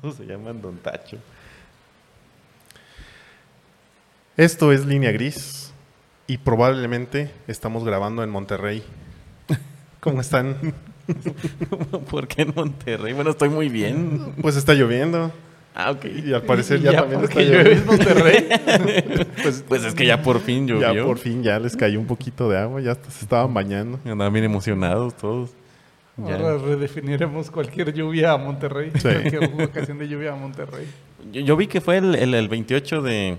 Todos se llaman Don Tacho. Esto es Línea Gris y probablemente estamos grabando en Monterrey. ¿Cómo están? ¿Por qué en Monterrey? Bueno, estoy muy bien. Pues está lloviendo Ah, ok. y al parecer ya, también está porque llueve en lloviendo. Monterrey. pues, pues es que ya por fin llovió. Ya por fin ya les cayó un poquito de agua, ya hasta se estaban bañando. Andaban bien emocionados todos. Ya. Ahora redefiniremos cualquier lluvia a Monterrey, Sí. cualquier ocasión de lluvia a Monterrey. Yo, yo vi que fue el, el- el 28 de,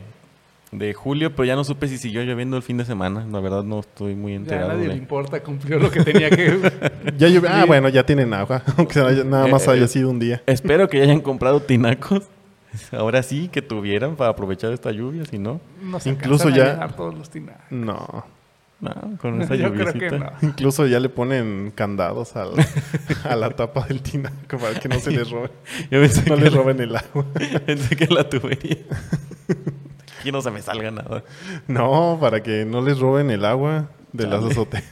de julio, pero ya no supe si siguió lloviendo el fin de semana. La verdad no estoy muy Ya a enterado. nadie le de- importa, cumplió lo que tenía que. Ya llovió. Ah, Sí. bueno, ya tienen agua, aunque sea- nada más Eh, haya eh. sido un día. Espero que ya hayan comprado tinacos. Ahora sí, que tuvieran para aprovechar esta lluvia, si no. No se Incluso alcanzan a ya- llenar todos los tinacos. No, No, con esa Yo creo lluviecita. que no. incluso ya le ponen candados al- a la tapa del tinaco para que no se les robe, Yo pensé, no que les roben el agua. pensé que la tubería. Aquí no se me salga nada. No, para que no les roben el agua de las Chale. azoteas.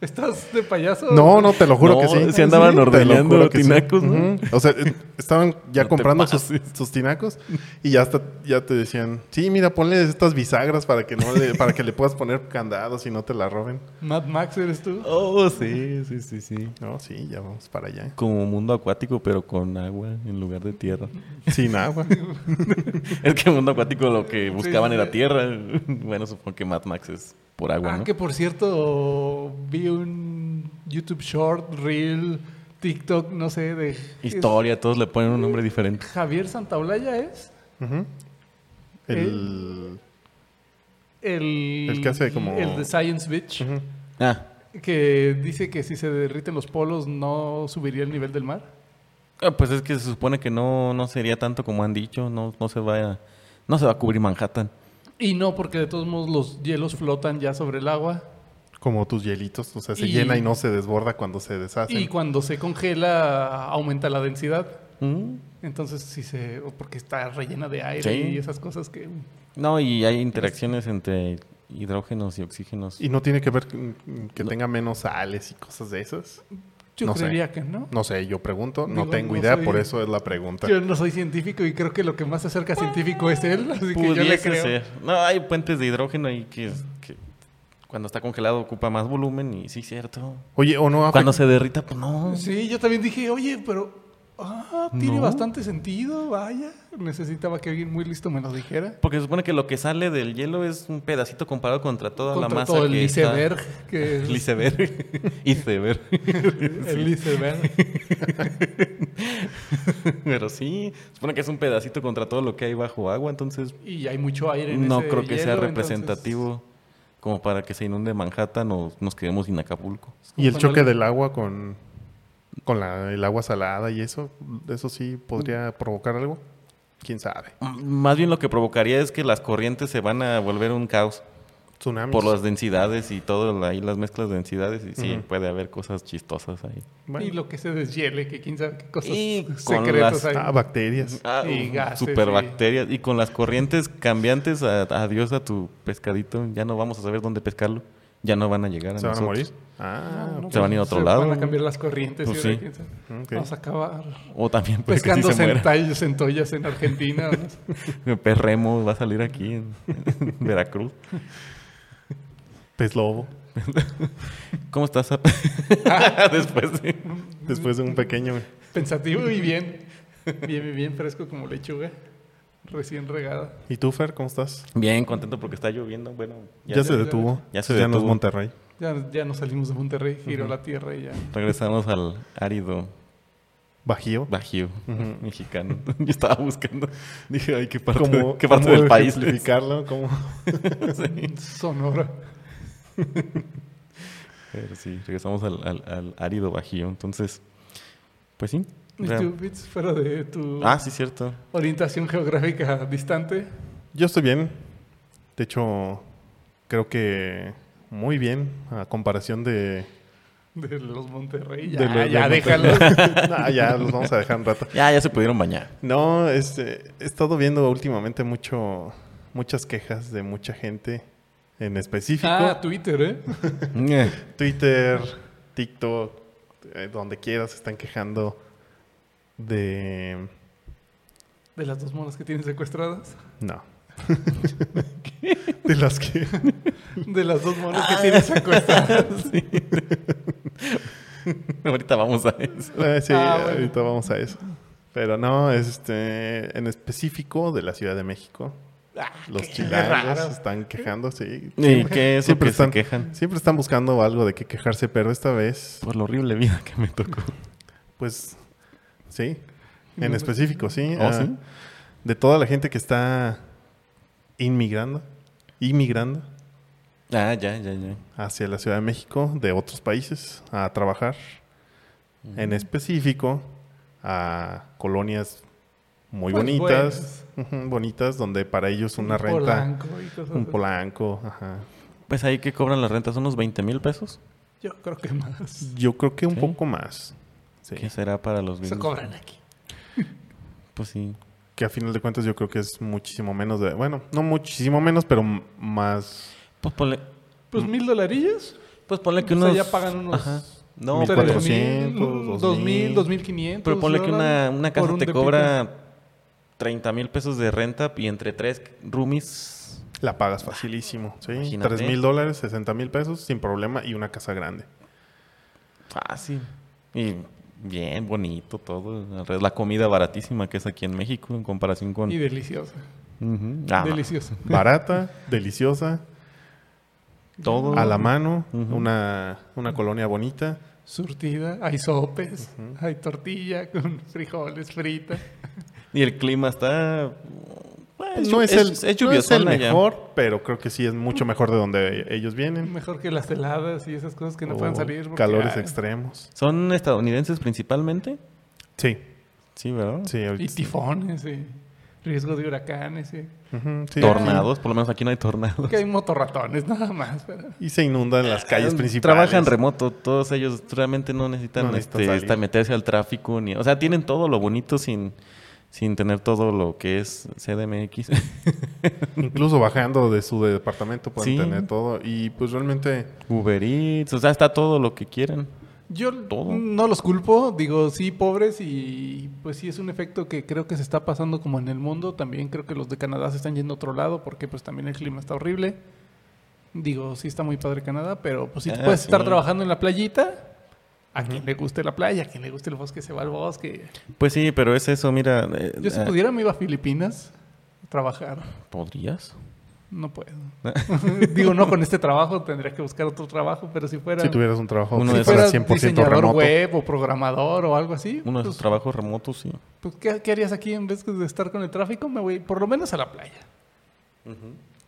¿Estás de payaso? No, no, te lo juro No, que sí. se andaban Sí, te lo ordeñando juro que sí. tinacos, ¿no? Ujú. O sea, eh, estaban ya No te comprando sus, pases. sus tinacos y ya hasta ya te decían, "Sí, mira, ponle estas bisagras para que no le para que le puedas poner candados y no te la roben." Mad Max eres tú. Oh, sí, sí, sí, sí. No, sí, ya vamos para allá. Como mundo acuático, pero con agua en lugar de tierra. Sin agua. Es que mundo acuático lo que buscaban sí, era sí. tierra. Bueno, supongo que Mad Max es por agua, Ah, ¿no? que por cierto, vi un YouTube Short, Reel, TikTok, no sé, de. Historia, todos le ponen un nombre diferente. Javier Santaolalla es Ujú. El el. El que hace como- El de Science Beach. ujú. Ah, Que dice que si se derriten los polos no subiría el nivel del mar. ah, pues es que se supone que no, no sería tanto como han dicho. No, no, se va a, no se va a cubrir Manhattan. Y no, porque de todos modos los hielos flotan ya sobre el agua. como tus hielitos, o sea, se Y- llena y no se desborda cuando se Y deshace. cuando se congela, aumenta la densidad. Mm. Entonces, si se. o Porque está rellena de aire Sí. y esas cosas que. No, y hay interacciones entre hidrógenos y oxígenos. Y no tiene que ver que, que tenga menos sales y cosas de esas. Yo No sé. creería que no. No sé, yo pregunto, no Digo, tengo no idea, soy- por eso es la pregunta. Yo no soy científico y creo que lo que más se acerca a científico es él. Así que yo le Pudiese creo. ser. No, hay puentes de hidrógeno y que, que cuando está congelado ocupa más volumen y sí, cierto. Oye, o no afecta- Cuando se derrita, pues no. Sí, yo también dije, oye, pero. Ah, tiene No. bastante sentido, vaya. Necesitaba que alguien muy listo me lo dijera. Porque se supone que lo que sale del hielo es un pedacito comparado contra toda la Contra masa todo el que está- iceberg. Que es- El iceberg. iceberg. el iceberg. Pero sí, se supone que es un pedacito contra todo lo que hay bajo agua, entonces Y hay mucho aire en no ese creo que sea hielo, representativo como para que se inunde Manhattan o nos quedemos sin Acapulco. entonces, Y el cuando choque le- del agua con, con la- el agua salada y eso, eso sí podría provocar algo. ¿Quién sabe? M- Mm, Más bien lo que provocaría es que las corrientes se van a volver un caos Tsunamis. por las densidades y todo, ahí las mezclas de densidades y sí, Ujú. puede haber cosas chistosas ahí. Bueno. Y lo que se deshiele, que quién sabe qué cosas Y con las- secretas hay. Ah, bacterias. Ah, Y uf, gases, superbacterias y con las corrientes cambiantes, a- adiós a tu pescadito, ya no vamos a saber dónde pescarlo, ya no van a llegar a ¿Se van a nosotros. morir? Ah, No, no, se van a ir a pues, otro Van lado. a cambiar las corrientes. Pues y ahora sí. quién sabe. ok. Pues Vamos a acabar O también puede que sí pescando se muera. centall- centollas en Argentina. ¿no? Perremo va a salir aquí en, en Veracruz. Pez lobo. ¿Cómo estás? Después de- Después mm. de un pequeño. Pensativo y bien. Bien, bien, bien fresco como lechuga. Recién regada. ¿Y tú, Fer, cómo estás? Bien, contento porque está lloviendo. Bueno, Ya, ya se detuvo. ya se no es detuvo. Monterrey. Ya, ya nos salimos de Monterrey, giró la tierra y ya. regresamos al árido Bajío. bajío Ujú. mexicano. Yo estaba buscando. Dije, ay, qué parte, ¿Cómo- qué parte cómo del país. ejemplificarlo? ¿Cómo? Sonora. Pero sí, regresamos al, al- al árido bajío. Entonces, pues sí. ¿Y Ya. tú, Fitz, fuera de tu Ah, sí, cierto. orientación geográfica distante? Yo estoy bien. De hecho, creo que muy bien a comparación de. De los Monterrey. Ya, de los de ya, Monterrey. déjalo. Ah, ya, los vamos a dejar un rato. Ya, ya se pudieron bañar. No, este, he estado viendo últimamente mucho, muchas quejas de mucha gente, en específico Ah, Twitter, ¿eh? Twitter, eh, TikTok, eh, donde quieras, están quejando de de las dos monas que tienen secuestradas. No. De las que. De las dos monas Ah, que tienen secuestradas. Ahorita vamos a eso. Eh, sí, Ah, bueno. ahorita vamos a eso. Pero no, este, en específico de la Ciudad de México. Los Ah, qué chilangos raro. están quejando, sí. ¿Y qué es lo siempre que se están- quejan? Siempre están buscando algo de qué quejarse, pero esta vez, Por la horrible vida que me tocó. pues, sí. En específico, sí. ¿Oh, Ah, sí? De toda la gente que está inmigrando, inmigrando Ah, ya, ya, ya. hacia la Ciudad de México de otros países a trabajar. En específico, a colonias muy Pues, bonitas, ujú, bonitas, donde para ellos una Un renta, Polanco y cosas un así. polanco, ajá. Pues ahí que cobran las rentas unos 20 mil pesos. Yo creo que más. Yo creo que un Sí. poco más. Sí. ¿Qué será para los Se gringos? cobran aquí. Pues sí. Que a final de cuentas yo creo que es muchísimo menos de... Bueno, no muchísimo menos, pero m- más... Pues ponle, Pues Mm. mil dolarillos. pues ponle que O sea, unos... ya pagan unos Ajá. No, mil pero, cuatrocientos. pero 400, 400, 2000, 2500. Pues, ponle que una, dólares una por casa un te depito. cobra 30 mil pesos de renta y entre tres roomies, La pagas facilísimo, ¿sí? Imagínate. 3 mil dólares, 60 mil pesos, sin problema, y una casa grande. fácil. Y bien, bonito todo. La comida baratísima que es aquí en México en comparación con... Y deliciosa. Ujú. Ah, no. deliciosa. Barata, deliciosa, Todo. a la mano, Ujú. una, una colonia bonita. Surtida. Hay sopes. Hay tortilla con frijoles frita. Y el clima está... no es, el, no es el lluviosón allá. mejor, pero creo que sí es mucho Mm. mejor de donde ellos vienen. Mejor que las heladas y esas cosas que no O pueden salir. porque, Oh, Calores ah, extremos. ¿Son estadounidenses principalmente? Sí, Sí, ¿verdad? sí. ahorita- Y tifones y riesgo de huracanes. Y... Ujú, sí. Tornados, por lo menos aquí no hay tornados. Que hay motorratones nada más. pero- Y se inundan las calles Ah, principales. Trabajan remoto, todos ellos realmente no necesitan No necesitan este, salir. esta- meterse al tráfico. ni O sea, tienen todo lo bonito sin, sin tener todo lo que es CDMX. Incluso bajando de su departamento pueden Sí. tener todo. Y pues realmente Uber Eats, o sea, está todo lo que quieran. Yo Todo. no los culpo, digo, sí, pobres y pues sí es un efecto que creo que se está pasando como en el mundo, también creo que los de Canadá se están yendo a otro lado porque pues también el clima está horrible. Digo, sí está muy padre Canadá, pero pues sí te Ah, puedes estar sí. trabajando en la playita. A quien le guste la playa, a quien le guste el bosque, se va al bosque. Pues sí, pero es eso, mira. eh, Yo si ah, pudiera me iba a Filipinas a trabajar. ¿Podrías? No puedo. digo, no con este trabajo, tendría que buscar otro trabajo, pero si fuera... si tuvieras un trabajo Uno que de si esos fuera fueras 100% diseñador remoto. web o programador o algo así, Uno de pues, esos trabajos remotos, sí. Pues, ¿qué, qué harías aquí en vez de estar con el tráfico? Me voy por lo menos a la playa.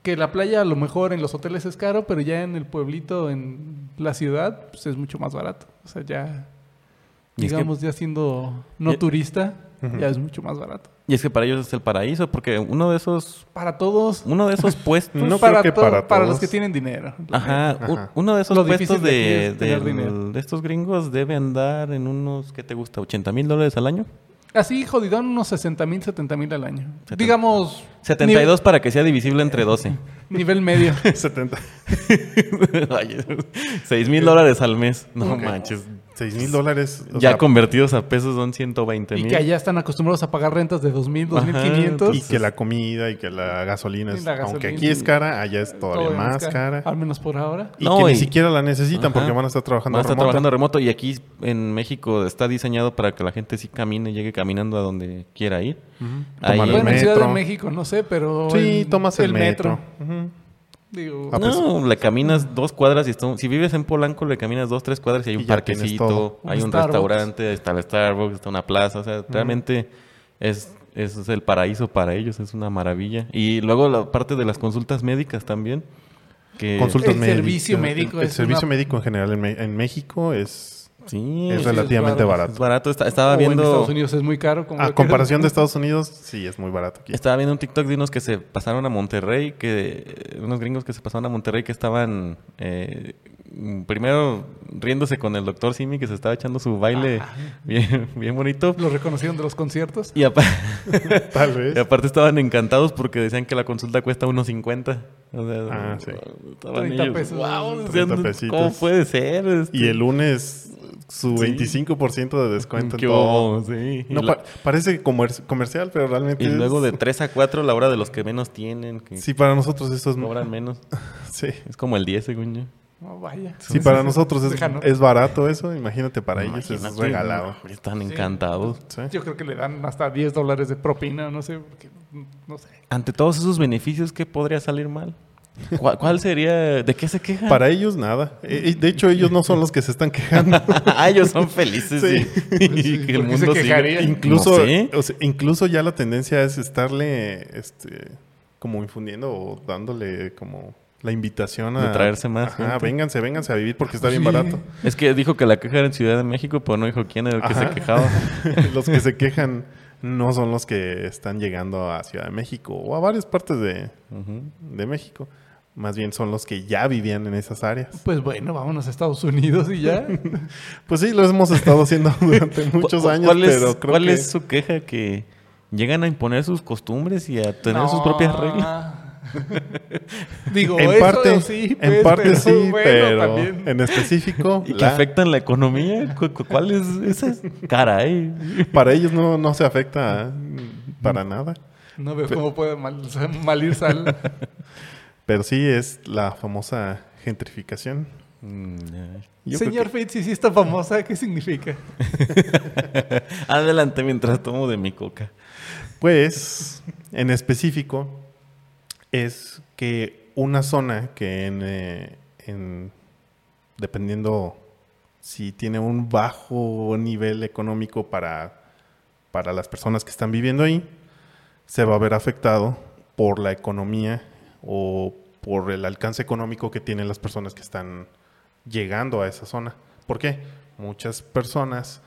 Que la playa a lo mejor en los hoteles es caro, pero ya en el pueblito, en la ciudad, pues es mucho más barato. O sea, ya, Y es que- digamos, ya siendo no Ya- turista, ya es mucho más barato. Y es que para ellos es el paraíso, porque uno de esos, Para todos, pues, uno de esos puestos. No para, creo que todo- para los todos. que tienen dinero. Ajá, u- Ajá. uno de esos Lo puestos difícil de aquí de, es tener del- dinero. de estos gringos debe andar en unos, ¿qué te gusta? ¿80 mil dólares al año? Así jodidón, unos 60 mil, 70 mil al año. Setenta- Digamos, 72 para que sea divisible entre 12. nivel, nivel medio. 70. 6 mil dólares al mes. No Ok. manches. 6 mil dólares. o ya sea, convertidos a pesos son 120 y mil. que allá están acostumbrados a pagar rentas de 2 mil, Ajá, pues, 2.500. Y que la comida y que la gasolina, Y es- la aunque gasolina. aquí es cara, allá es todavía, más cara. Al menos por ahora. Y Ah, No, que y- ni siquiera la necesitan Ajá. porque van a estar trabajando Van a estar remoto. trabajando remoto y aquí en México está diseñado para que la gente sí camine, llegue caminando a donde quiera ir. Ahí- Tomar el Bueno, en metro. Ciudad de México, no sé, pero. Sí, en tomas el, metro. Ujú. Digo, Ah, pues. no, le caminas dos cuadras y está- si vives en Polanco le caminas dos, tres cuadras y hay Y un ya tienes parquecito, todo. Un hay un Starbucks. restaurante, está el Starbucks, está una plaza, o sea, realmente es, es, es el paraíso para ellos, es una maravilla. Y luego la parte de las consultas médicas también, que Consultas El médicas. servicio médico El, el es servicio una- médico en general en, Me- en México es, sí, es es relativamente es barato. es barato. Está- estaba o Oh, En viendo Estados Unidos es muy caro. como A lo comparación de quieras. Estados Unidos, sí, es muy barato aquí. Estaba viendo un TikTok de unos que se pasaron a Monterrey, que unos gringos que se pasaron a Monterrey que estaban eh, mm, primero riéndose con el doctor Simi que se estaba echando su baile bien, bien bonito. Lo reconocieron de los conciertos. Y, apa- Tal y vez. aparte estaban encantados porque decían que la consulta cuesta 1.50. O sea, Ah, sí. estaban 30 ellos, pesos. "Guau", 30 decían, pesitos. ¿Cómo puede ser? Este, Y el lunes su Sí. Mm, 25% de descuento en ¿Qué todo. hubo? Sí. No, y, la- pa- parece comer- comercial, pero realmente y es- luego de 3 a 4 la hora de los que menos tienen, que Sí, pues, para nosotros eso es... cobran menos. Sí. Es como el 10, según yo. No, vaya. Si para nosotros es, Déjanos. es barato eso, imagínate para ellos es Imagínate, regalado. no, Están Sí. encantados. Sí. Yo creo que le dan hasta 10 dólares de propina, no sé, porque, no sé. Ante todos esos beneficios, ¿qué podría salir mal? ¿Cuál, cuál sería? ¿De qué se quejan? Para ellos nada. Eh, eh, De hecho, ellos no son los que se están quejando. Ah, ellos son felices Sí. y- y, Sí, que el porque se mundo sigue. quejarían. Incluso, No sé. o sea, incluso ya la tendencia es estarle este, como infundiendo o dándole como la invitación a De traerse más Ajá, gente. vénganse, vénganse a vivir porque está bien Sí. barato. Es que dijo que la queja era en Ciudad de México, pero no dijo quién era el que Ajá. se quejaba. los que se quejan no son los que están llegando a Ciudad de México o a varias partes de, Ujú. de México. Más bien son los que ya vivían en esas áreas. Pues bueno, vámonos a Estados Unidos y ya. Pues sí, lo hemos estado haciendo durante muchos ¿Cu- cu- años, ¿Cuál, es, pero creo cuál que... es su queja? Que llegan a imponer sus costumbres y a tener sus propias reglas. Digo, En eso parte, sí, en pues, parte pero sí, bueno, pero también. en específico Y que la- afectan la economía. ¿Cu- cu- ¿Cuál es esa? Caray. para ellos no, no se afecta mm, para nada. No veo cómo puede mal, mal ir sal. Pero sí es la famosa gentrificación. Mm, ay. Yo creo Señor Fitz, si sí está famosa, ¿qué significa? Adelante mientras tomo de mi coca. que, pues, en específico, es que una zona que en, eh, en- dependiendo si tiene un bajo nivel económico para, para las personas que están viviendo ahí, se va a ver afectado por la economía o por el alcance económico que tienen las personas que están llegando a esa zona. ¿Por qué? Muchas personas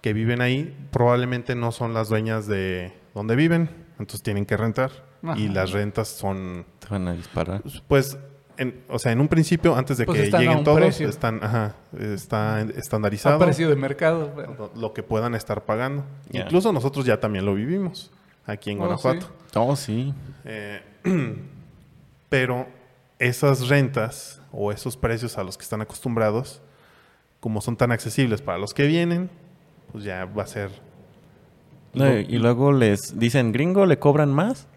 que viven ahí probablemente no son las dueñas de donde viven, entonces tienen que rentar y Ajá. las rentas son Te van a disparar. pues, en- o sea, en un principio, antes de Pues que están a lleguen un todos, precio. están, ajá, está en- A estandarizado precio de mercado. bueno. lo- lo que puedan estar pagando. Ya. Incluso nosotros ya también lo vivimos aquí en Oh, Guanajuato. sí. Oh, sí. Eh, pero esas rentas o esos precios a los que están acostumbrados, como son tan accesibles para los que vienen, pues ya va a ser No, y- y luego les dicen, gringo, le cobran más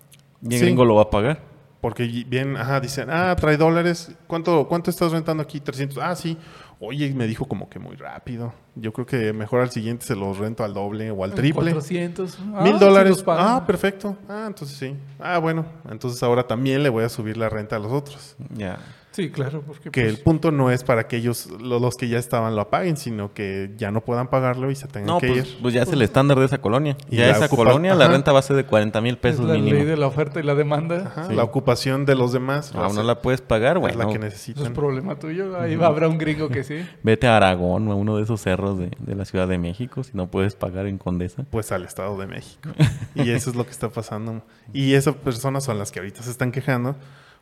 y el Sí. gringo lo va a pagar. Porque y- bien, ajá, dicen, ah, trae dólares. ¿Cuánto, ¿Cuánto estás rentando aquí? 300. Ah, sí. Oye, me dijo como que muy rápido. Yo creo que mejor al siguiente se los rento al doble o al triple. 400. Mil Ah, sí dólares. los pagan. Ah, perfecto. Ah, entonces sí. Ah, bueno. Entonces ahora también le voy a subir la renta a los otros. Ya. Sí, claro, porque Que pues, el punto no es para que ellos, lo- los que ya estaban, lo apaguen, sino que ya no puedan pagarlo y se tengan No, que pues, ir. pues ya es el estándar de esa colonia. Y Ya la esa ocupa- colonia la Ajá. renta va a ser de 40 mil es pesos la ley mínimo. de la oferta y la demanda. Ajá, sí. La ocupación de los demás va a Aún Ah, no ser- la puedes pagar, es la bueno. que Eso es necesitan. problema tuyo. Ahí habrá un gringo que sí. Vete a Aragón o a uno de esos cerros de, de la Ciudad de México si no puedes pagar en Condesa. pues al Estado de México. Y eso es lo que está pasando. Y esas personas son las que ahorita se están quejando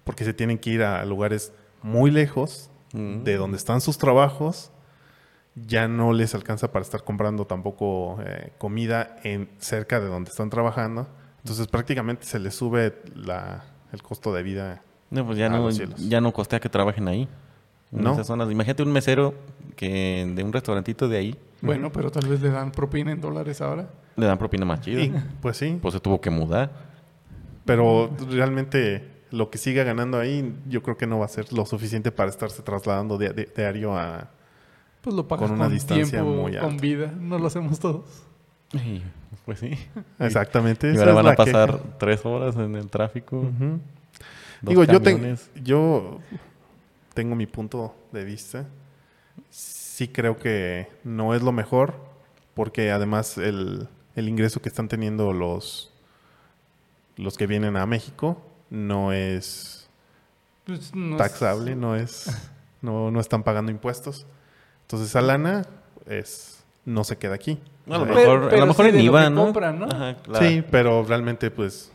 porque se tienen que ir a lugares muy lejos Mm. de donde están sus trabajos. Ya no les alcanza para estar comprando tampoco eh, comida en cerca de donde están trabajando. Entonces prácticamente se les sube la- el costo de vida. No, pues ya A no, Ah, los cielos. ya no costea que trabajen ahí. En No. esas zonas. Imagínate un mesero que de un restaurantito de ahí Bueno, pero tal vez le dan propina en dólares ahora. le dan propina más chida. Y, pues sí, Pues mm. se tuvo que mudar. pero realmente lo que siga ganando ahí yo creo que no va a ser lo suficiente para estarse trasladando di- di- diario a, Pues lo pagas Con con, una distancia tiempo, muy alta. con vida. No lo hacemos todos. Y, pues sí. Exactamente. Y esa ahora es van a la queja. pasar tres horas en el tráfico. Ujú. dos Digo, yo, te- camiones. yo tengo mi punto de vista. Sí creo que no es lo mejor, porque además el, el ingreso que están teniendo los, los que vienen a México no es Pues, no es- taxable, no es no, no están pagando impuestos. Entonces esa lana es no se queda aquí. Eh, No, a lo O sea, Pero- mejor, a pero lo mejor sí en de lo IVA, que ¿no? compran, ¿no? Ajá, claro. Sí, pero realmente pues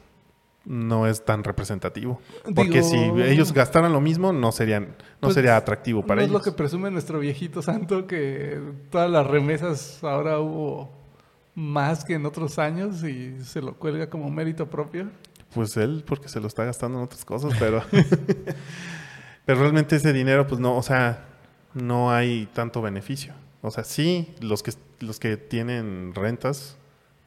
no es tan representativo. Porque Digo- si ellos gastaran lo mismo, no serían, no Pues, sería atractivo para no ellos. es lo que presume nuestro viejito santo, que todas las remesas ahora hubo más que en otros años y se lo cuelga como mérito propio. Pues él, porque se lo está gastando en otras cosas, pero. pero realmente ese dinero, pues no, o sea, no hay tanto beneficio. O sea, sí, los que, los que tienen rentas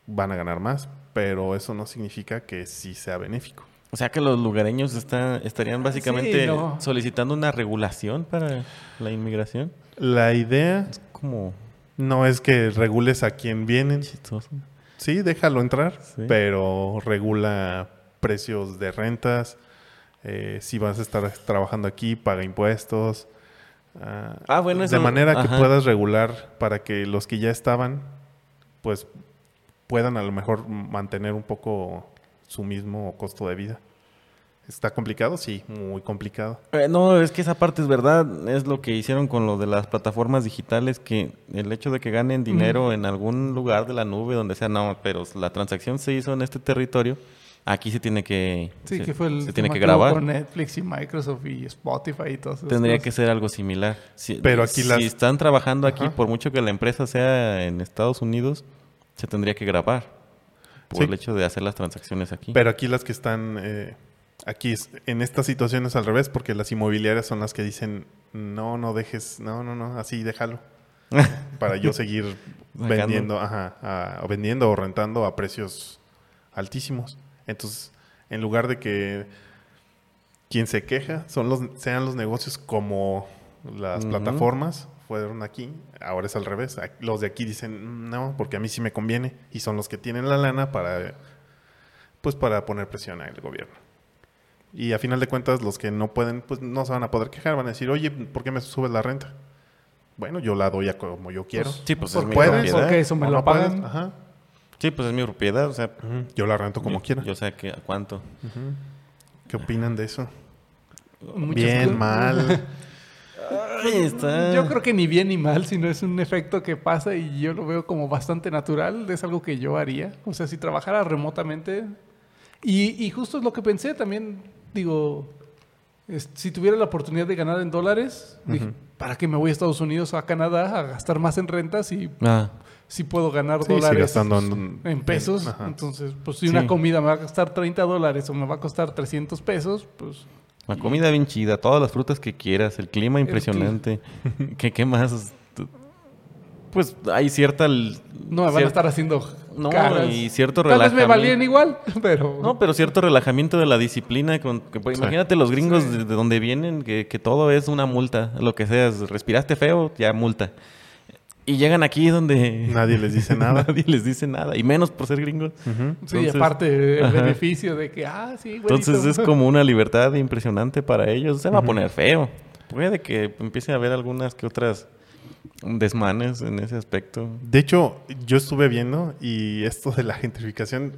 van a ganar más, pero eso no significa que sí sea benéfico. O sea que los lugareños está- estarían básicamente Sí, no. solicitando una regulación para la inmigración. La idea Es como no es que regules a quien vienen. chistoso. Sí, déjalo entrar, Sí. pero regula precios de rentas. eh, si vas a estar trabajando aquí, paga impuestos. ah, Ah, bueno, de eso- manera que ajá. puedas regular para que los que ya estaban, pues puedan a lo mejor mantener un poco su mismo costo de vida. ¿Está complicado? Sí, muy complicado. Eh, no, es que esa parte es verdad. Es lo que hicieron con lo de las plataformas digitales, que el hecho de que ganen dinero en algún lugar de la nube, donde sea, no, pero la transacción se hizo en este territorio. Aquí se tiene que, Sí, se, que fue el se tiene tema que hubo grabar. con Netflix y Microsoft y Spotify y todos esos. Tendría que ser algo similar. Si, Pero aquí si las- están trabajando aquí, Ajá. por mucho que la empresa sea en Estados Unidos, se tendría que grabar por Sí. el hecho de hacer las transacciones aquí. Pero aquí las que están, eh, aquí es- en estas situaciones al revés, porque las inmobiliarias son las que dicen, no, no dejes, no, no, no, así déjalo. para yo seguir Sacando. vendiendo, ajá, a- o vendiendo o rentando a precios altísimos. Entonces, en lugar de que quien se queja son los, sean los negocios como las Ujú. plataformas fueron aquí, ahora es al revés. A- Los de aquí dicen "Mm, no, porque a mí sí me conviene y son los que tienen la lana para, pues, para poner presión al gobierno. Y a final de cuentas, los que no pueden, pues, no se van a poder quejar, van a decir, oye, ¿por qué me subes la renta? Bueno, yo la doy a como yo quiero. sí, pues es ¿por mi puedes? propiedad. Porque eso me ¿O lo no puedes? pagan. Ajá. Sí, pues es mi propiedad, o sea, Yo la rento como yo, quiera. Yo sé que, a cuánto. Ujú. ¿Qué opinan de eso? Muchas Bien, cosas. mal. Ahí Ah. está. Yo creo que ni bien ni mal, sino es un efecto que pasa y yo lo veo como bastante natural. Es algo que yo haría. O sea, si trabajara remotamente. Y, y justo es lo que pensé también. Digo, es- si tuviera la oportunidad de ganar en dólares, dije, ¿para qué me voy a Estados Unidos o a Canadá a gastar más en rentas y Ah, si puedo ganar Sí, sí, dólares gastando en, en pesos? ajá. Entonces, pues si Sí. una comida me va a costar 30 dólares o me va a costar 300 pesos, pues la comida bien chida, todas las frutas que quieras, el clima impresionante. ¿Qué, qué más? Pues hay cierta... no me van a estar haciendo No, caras. y cierto Tal vez me relajamiento. valían igual, pero... No, pero cierto relajamiento de la disciplina. con- que, pues, Sí. Imagínate los gringos Sí. de, de donde vienen, que, que todo es una multa, lo que seas. Respiraste feo, ya multa. Y llegan aquí donde Nadie les dice nada. nadie les dice nada, y menos por ser gringos. Ujú. Sí, Entonces- aparte el Ajá. beneficio de que, ah, sí, güey. Entonces es como una libertad impresionante para ellos. Se va a Ujú. poner feo. Puede que empiece a haber algunas que otras desmanes en ese aspecto. De hecho, yo estuve viendo y esto de la gentrificación,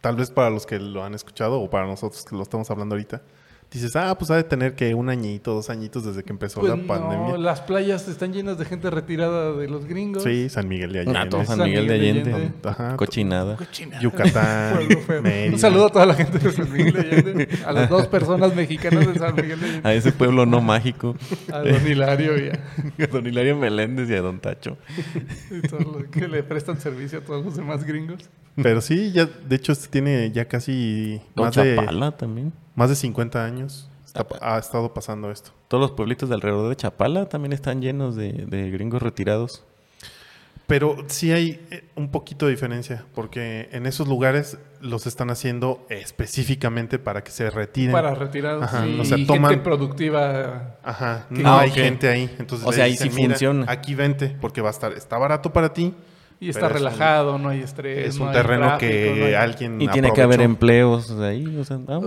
tal vez para los que lo han escuchado o para nosotros que lo estamos hablando ahorita, dices, ah, pues ha de tener que un añito, dos añitos desde que empezó Pues la pandemia. no, las playas están llenas de gente retirada de los gringos. Sí, San Miguel de Allende. Ah, todo Es San San Miguel de Miguel de Allende. Allende. Ajá. Cochinada. Cochina. Yucatán. Pueblo feo. Mérida. Un saludo a toda la gente de San Miguel de Allende. A las dos personas mexicanas de San Miguel de Allende. A ese pueblo no mágico. A Don Hilario y, a, A don Hilario Meléndez y a don Tacho. y todos los que le prestan servicio a todos los demás gringos. Pero sí, ya, de hecho, este tiene ya casi Don más de, Chapala también. más de 50 años. está- ha estado pasando esto. Todos los pueblitos de alrededor de Chapala también están llenos de, de gringos retirados. Pero sí hay eh, un poquito de diferencia, porque en esos lugares los están haciendo específicamente para que se retiren. Para retirados. Ajá, sí, o sea, y toman- gente productiva. Ajá, Que- no Ah, hay ok. gente ahí. Entonces O le sea, ahí dicen, sí "Mira, funciona. Aquí vente, porque va a estar, está barato para ti. Y está Pero es un- relajado, no hay estrés. Es no un hay terreno tráfico, que no hay- alguien. Y tiene que haber aprovechó". empleos ahí. O sea, ah,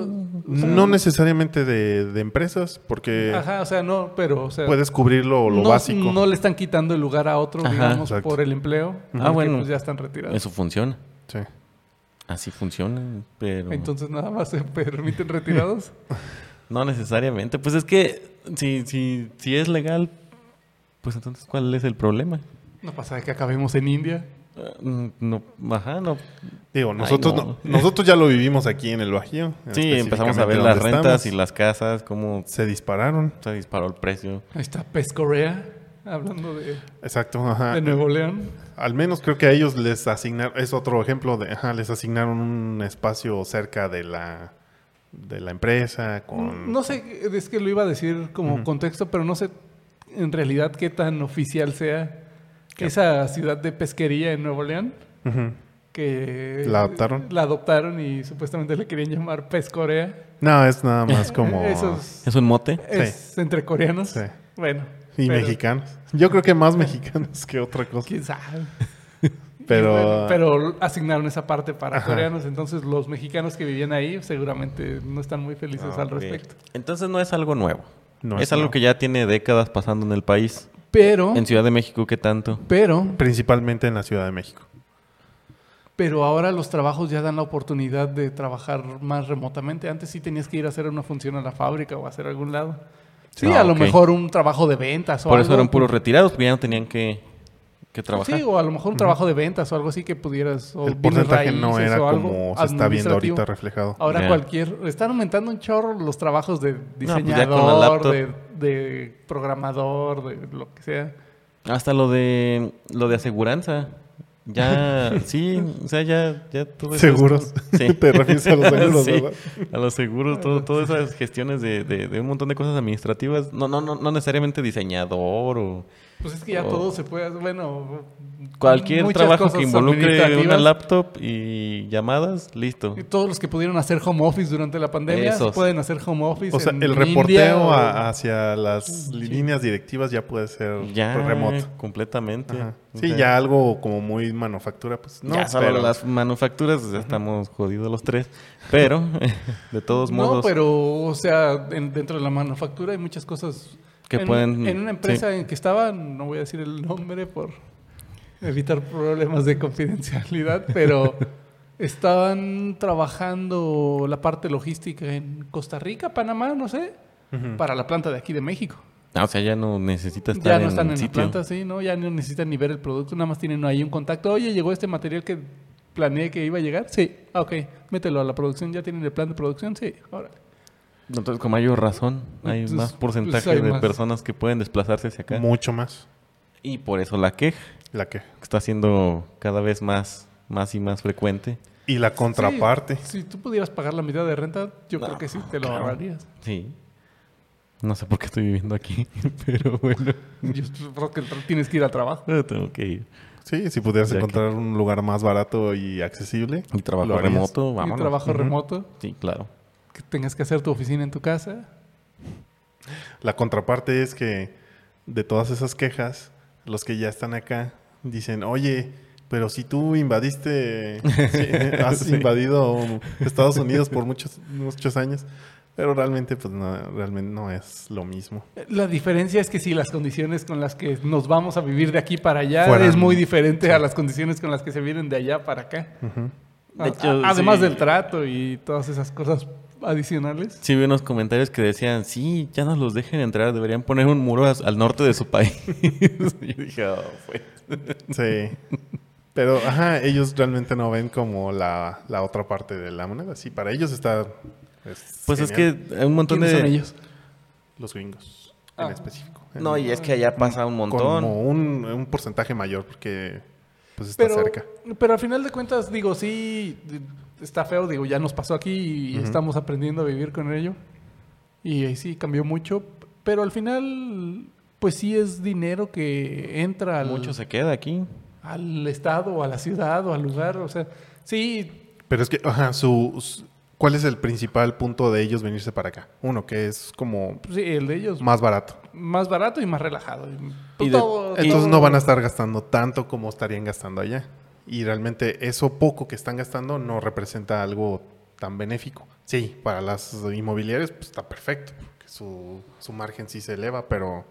No necesariamente de, de empresas, porque Ajá, o sea, no, pero, o sea, puedes cubrirlo lo no, básico. no le están quitando el lugar a otro, Ajá. digamos, Exacto. por el empleo. Ah, porque, bueno. Pues ya están retirados. eso funciona. Sí. Así funciona, pero... Entonces nada más se permiten retirados. No necesariamente. Pues es que si, si, si es legal, pues entonces ¿cuál es el problema? No pasa de que acabemos en India. Mm, No, ajá, no. Digo, nosotros, no. no- nosotros ya lo vivimos aquí en el Bajío. Sí, empezamos a ver específicamente las donde rentas y estamos. las casas, cómo Se dispararon. se disparó el precio. Ahí está Pescorea, hablando de, Exacto, ajá. de Nuevo León. Al menos creo que a ellos les asignaron, es otro ejemplo de, ajá, les asignaron un espacio cerca de la, de la empresa con... Mm, No sé, es que lo iba a decir como contexto, pero no sé en realidad qué tan oficial sea esa ciudad de pesquería en Nuevo León. Ujú. Que ¿La adoptaron? La adoptaron y supuestamente le querían llamar Pescorea. No, es nada más como... Esos ¿Es un mote? es entre coreanos. Sí. Bueno. Y pero mexicanos. Yo creo que más mexicanos que otra cosa. ¿Quién sabe? Pero, Bueno, pero asignaron esa parte para Ajá. coreanos, entonces los mexicanos que vivían ahí seguramente no están muy felices al Ah, Ok. respecto. Entonces no es algo nuevo. Ah, No es, es algo nuevo. que ya tiene décadas pasando en el país. Pero, En Ciudad de México, ¿qué tanto? pero, principalmente en la Ciudad de México. pero ahora los trabajos ya dan la oportunidad de trabajar más remotamente. Antes sí tenías que ir a hacer una función a la fábrica o a hacer algún lado. Sí, Ah, a lo ok. mejor un trabajo de ventas o Por algo. eso eran puros retirados, porque ya no tenían que, que trabajar. Sí, o a lo mejor un trabajo de ventas o algo así que pudieras. O El bienes porcentaje no raíces era o algo como se está viendo administrativo. Ah, ahorita reflejado. Ahora Ya. pues cualquier... Están aumentando un chorro los trabajos de ya con la diseñador, laptop. de, de programador, de lo que sea. Hasta lo de lo de aseguranza. Ya, sí, o sea, ya, ya pues todo eso es- Seguros. Sí. Te refieres a los seguros, Sí, ¿verdad? A los seguros, todo, todas esas gestiones de, de- de un montón de cosas administrativas. No, no, no, no necesariamente diseñador o Pues es que ya O- todo se puede... hacer, Bueno... Oh. cualquier muchas trabajo cosas que involucre una administrativas. laptop y llamadas, listo. Y Todos los que pudieron hacer home office durante la pandemia Esos. pueden hacer home office. O sea, en el India reporteo o- a- hacia las líneas directivas ya puede ser Ya, remoto. completamente. Ajá. O Sí, sea, ya algo como muy manufactura, pues no. ya solo pero- las manufacturas, pues, ya estamos jodidos los tres. Pero, de todos modos. No, pero, o sea, en- dentro de la manufactura hay muchas cosas Que en, pueden- En una empresa en que estaba, no voy a decir el nombre por evitar problemas de confidencialidad, pero estaban trabajando la parte logística en Costa Rica, Panamá, no sé, para la planta de aquí de México. Ah, o sea, ya no necesitas Mm. estar Ya no están en la sitio. planta, sí, ¿no? Ya no necesitan ni ver el producto, nada más tienen ahí un contacto. Oye, llegó este material que planeé que iba a llegar. Sí, ah, ok, mételo a la producción. ¿Ya tienen el plan de producción? Sí, ahora. Entonces, con mayor razón, hay Entonces, más porcentaje pues, hay de más. personas que pueden desplazarse hacia acá. Mucho más. Y por eso la queja La que. que está siendo cada vez más, más y más frecuente. Y la contraparte. Si tú pudieras pagar la mitad de renta, yo creo que sí, te lo claro. ahorrarías. Sí. No sé por qué estoy viviendo aquí, pero bueno, Yo creo que tienes que ir al trabajo. yo tengo que ir. Sí, si pudieras Ya que- encontrar un lugar más barato y accesible. Y ¿lo trabajo harías? remoto, Un vámonos. trabajo remoto, Sí, claro. que tengas que hacer tu oficina en tu casa. La contraparte es que de todas esas quejas, los que ya están acá dicen, oye, pero si tú invadiste, sí, has Sí. invadido Estados Unidos por muchos, muchos años, pero realmente, pues no, realmente no es lo mismo. La diferencia es que si las condiciones con las que nos vamos a vivir de aquí para allá Fueran- es muy diferente a las condiciones con las que se vienen de allá para acá. Ujú. De A- hecho, a- además sí. del trato y todas esas cosas adicionales. Sí vi unos comentarios que decían, sí, ya nos los dejen entrar, deberían poner un muro as- al norte de su país. y yo dije, "Ah, pues". Sí. Pero, ajá, ellos realmente no ven como la, la otra parte de la moneda. Sí, para ellos está... es Pues genial. es que hay un montón ¿Quiénes de... son ellos? Los gringos, Ah. en específico. No, y es que allá pasa un montón. Como un, un porcentaje mayor porque pues está cerca. Pero al final de cuentas, digo, sí, d- está feo, digo, ya nos pasó aquí y Ujú. estamos aprendiendo a vivir con ello. Y eh, sí, cambió mucho, pero al final, pues sí es dinero que entra al, Mucho se queda aquí. al estado, o a la ciudad, o al lugar, o sea, sí, Pero es que, ajá, su, su- ¿cuál es el principal punto de ellos venirse para acá? Uno, que es como pues, sí, el de ellos, más, más barato. barato y más relajado. Y de- Entonces no van a estar gastando tanto como estarían gastando allá. Y realmente eso poco que están gastando no representa algo tan benéfico. Sí, para las inmobiliarias pues, está perfecto, porque su, su margen sí se eleva, pero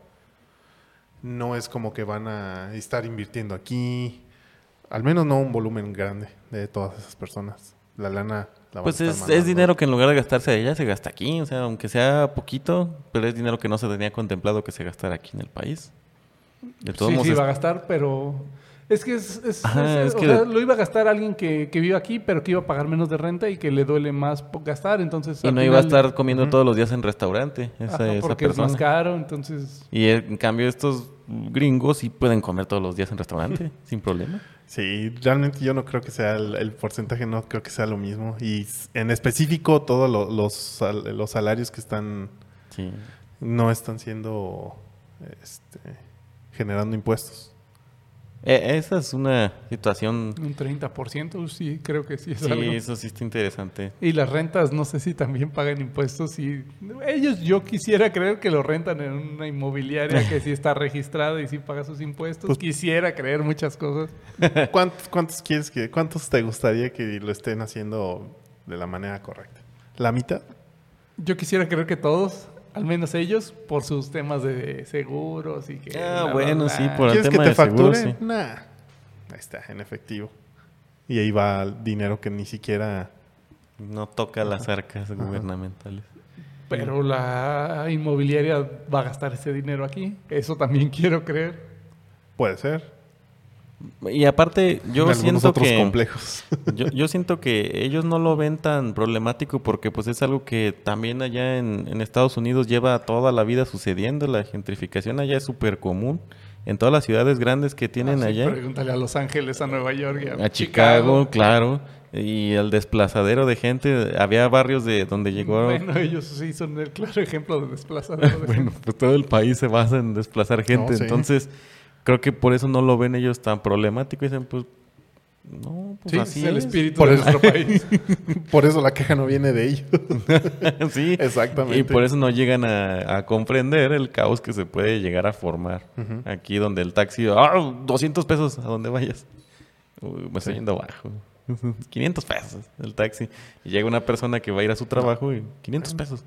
no es como que van a estar invirtiendo aquí, al menos no un volumen grande de todas esas personas. La lana Ah, la van Pues a estar es, es mandando. dinero que en lugar de gastarse allá se gasta aquí, o sea, aunque sea poquito, pero es dinero que no se tenía contemplado que se gastara aquí en el país. De todos sí, modos, sí, es- va a gastar, pero Es que, es, es- Ajá, es- es o que- sea, lo iba a gastar alguien que, que vive aquí, pero que iba a pagar menos de renta y que le duele más po- gastar, entonces... Y al no iba a final- estar comiendo todos los días en restaurante esa, Ajá, esa porque persona. es más caro, entonces... y en cambio estos gringos sí pueden comer todos los días en restaurante sin problema. Sí, realmente yo no creo que sea el, el porcentaje, no creo que sea lo mismo. Y s- en específico, todos lo- los, sal- los salarios que están, Sí. no están siendo, este, generando impuestos. E- esa es una situación. Un 30%, sí, creo que sí es Sí, algo. eso sí está interesante. Y las rentas, no sé si también pagan impuestos. Y ellos, yo quisiera creer que lo rentan en una inmobiliaria que sí está registrada y sí paga sus impuestos. Pues- quisiera creer muchas cosas. Eh. ¿Cuántos, cuántos quieres que, cuántos te gustaría que lo estén haciendo de la manera correcta? ¿La mitad? Yo quisiera creer que todos, al menos ellos, por sus temas de seguros y que. Ah, bla, bueno, bla, sí, bla. por- el ¿Quieres que tema te de seguro, facture? sí. Nah. Ahí está, en efectivo. Y ahí va el dinero que ni siquiera... No toca las arcas gubernamentales. Pero la inmobiliaria va a gastar ese dinero aquí. Eso también quiero creer. Puede ser. Y aparte, yo en algunos siento otros que... complejos. Yo, yo siento que ellos no lo ven tan problemático porque pues es algo que también allá en, en Estados Unidos lleva toda la vida sucediendo. La gentrificación allá es súper común. En todas las ciudades grandes que tienen Ah, sí, allá. Pregúntale a Los Ángeles, a Nueva York, y A Chicago, claro. Y el desplazadero de gente. Había barrios de donde llegó... Bueno, ellos sí son el claro ejemplo de desplazador. bueno, pues todo el país se basa en desplazar gente. sí. Entonces, creo que por eso no lo ven ellos tan problemático. Y dicen, pues... No, pues Sí, así es el es. espíritu Por de eso- nuestro país. Por eso la queja no viene de ellos. sí. Exactamente. Y por eso no llegan a, a comprender el caos que se puede llegar a formar. Aquí donde el taxi, ¡ah! 200 pesos a donde vayas. Uy, me estoy yendo abajo. 500 pesos el taxi. Y llega una persona que va a ir a su trabajo y 500 pesos.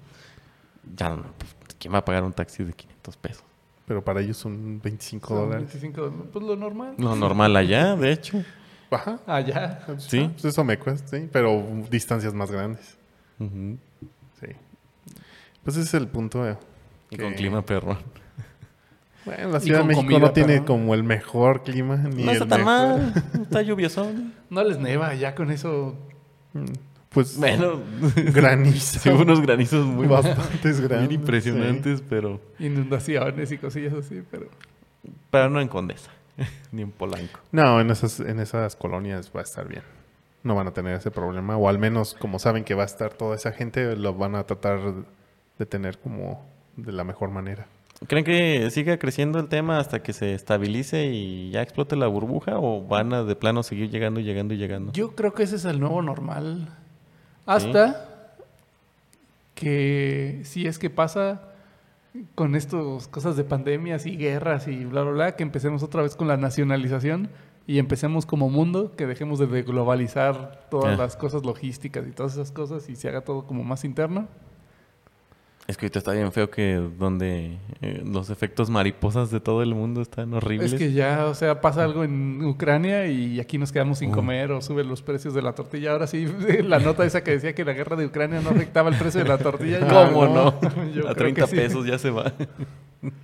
Ya, no, pues, ¿quién va a pagar un taxi de 500 pesos? Pero para ellos son 25 Son dólares. 25 dólares. Pues lo normal. Ah, Lo normal allá, de hecho. Ajá. Allá. Sí. Pues eso me cuesta, sí. Pero um, distancias más grandes. Ujú. Sí. Pues ese es el punto. eh, Y que- con clima perro. Bueno, la Y Ciudad de con México comida, no tiene pero- como el mejor clima. Ni No el está tan mejor- mal, está lluviosón. No les neva allá con eso. Mm, Pues Bueno, granizo. sí, hubo unos granizos muy, bastantes grandes. bien impresionantes, pero... Inundaciones y cosillas así, pero. Pero no en Condesa, ni en Polanco. sí. No, en esas, en esas colonias va a estar bien. No van a tener ese problema. O al menos, como saben que va a estar toda esa gente, lo van a tratar de tener como de la mejor manera. ¿Creen que siga creciendo el tema hasta que se estabilice y ya explote la burbuja o van a de plano seguir llegando y llegando y llegando? Yo creo que ese es el nuevo normal. Hasta que si es que pasa con estas cosas de pandemias y guerras y bla, bla, bla, que empecemos otra vez con la nacionalización y empecemos como mundo, que dejemos de globalizar todas Ah. las cosas logísticas y todas esas cosas y se haga todo como más interno. Es que ahorita está bien feo que donde eh, los efectos mariposas de todo el mundo están horribles. Es que ya, o sea, pasa algo en Ucrania y aquí nos quedamos sin Uh. comer o suben los precios de la tortilla. Ahora sí, la nota esa que decía que la guerra de Ucrania no afectaba el precio de la tortilla. ¿Cómo Ah, no? Yo A creo que 30 sí. pesos ya se va.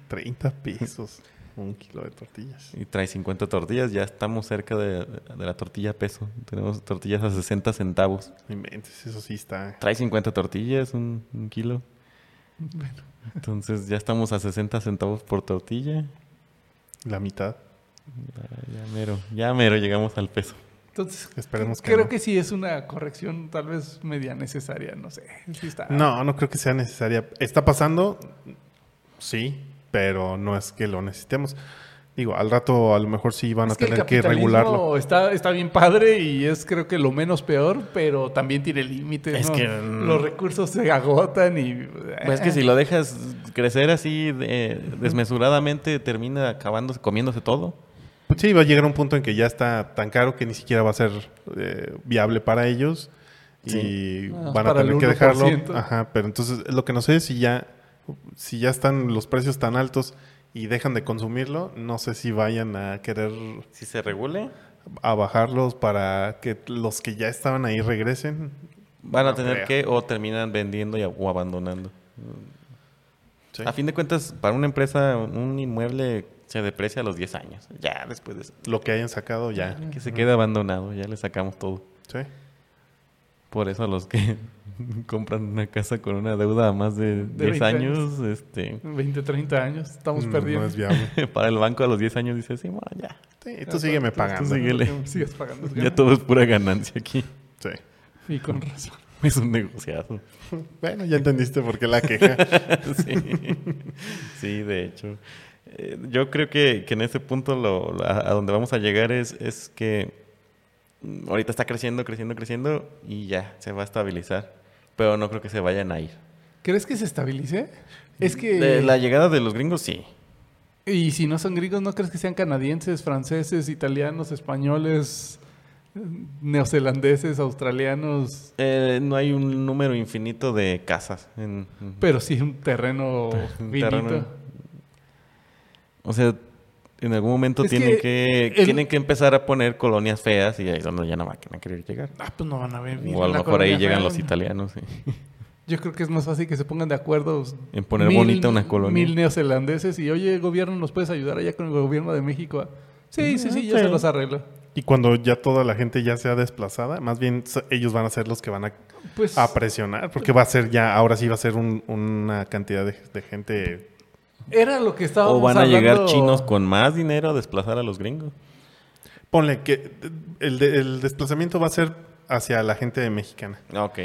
30 pesos. Un kilo de tortillas. Y trae 50 tortillas, ya estamos cerca de, de la tortilla a peso. Tenemos tortillas a 60 centavos. No inventes, eso sí está. Trae 50 tortillas, un, un kilo. Entonces ya estamos a 60 centavos por tortilla. La mitad. Ya mero, ya mero llegamos al peso. Entonces, Esperemos que creo no. que sí es una corrección tal vez media necesaria, no sé. Sí está. No, no creo que sea necesaria. ¿Está pasando? Sí, pero no es que lo necesitemos. Digo, al rato a lo mejor sí van a Es que el tener que capitalismo regularlo. Está, está bien padre y es creo que lo menos peor, pero también tiene límites. Es eh, ¿no? que, mm. los recursos se agotan y... eh, Pues es que si lo dejas crecer así de- desmesuradamente, termina acabándose, comiéndose todo. Pues sí, va a llegar un punto en que ya está tan caro que ni siquiera va a ser eh, viable para ellos y Sí. Ah, van a para el tener que dejarlo. 1%. Ajá, pero entonces lo que no sé es si ya, si ya están los precios tan altos y dejan de consumirlo, no sé si vayan a querer Si se regule, a bajarlos para que los que ya estaban ahí regresen. van a No tener creo. que o terminan vendiendo y, a- o abandonando. Sí. A fin de cuentas, para una empresa, un inmueble se deprecia a los 10 años. Ya después de eso. Lo que hayan sacado ya. Que se quede abandonado, ya le sacamos todo. Sí. Por eso los que compran una casa con una deuda a más de 10 20 años, este 20, 30 años, estamos Mm, No, perdiendo. Mm, No es viable. para el banco a los 10 años dice, sí, bueno, ya, Sí, tú sígueme pagando. sigue. síguele. Tú Sigues pagando. ya todo es pura ganancia aquí. Sí. Y con razón. Es un negociado. Bueno, ya entendiste por qué la queja. sí. Sí, de hecho. Eh, Yo creo que, que en ese punto lo, la- a donde vamos a llegar es, es que mm, ahorita está creciendo, creciendo, creciendo y ya se va a estabilizar. Pero no creo que se vayan a ir. ¿Crees que se estabilice? Es que... De la llegada de los gringos, sí. Y si no son gringos, ¿no crees que sean canadienses, franceses, italianos, españoles, neozelandeses, australianos? Eh, no hay un número infinito de casas. en- en- Pero sí un terreno en finito. terreno. O sea, en algún momento Es tienen que, que el- tienen que empezar a poner colonias feas y ahí es donde ya no van a querer llegar. Ah, pues no van a ver. O a lo mejor ahí llegan los italianos sí, Yo creo que es más fácil que se pongan de acuerdo. en poner mil- bonita una colonia. Mil neozelandeses y, oye, gobierno, ¿nos puedes ayudar allá con el gobierno de México? a-?" Sí, sí, sí, yo Mm, sí. se los arreglo. Y cuando ya toda la gente ya sea desplazada, más bien so- ellos van a ser los que van a, Pues, a presionar, porque va a ser ya, ahora sí va a ser un- una cantidad de, de gente. era lo que estábamos O van a llegar hablando- chinos con más dinero a desplazar a los gringos. Ponle que el, de- el desplazamiento va a ser hacia la gente mexicana, Ah, Ok.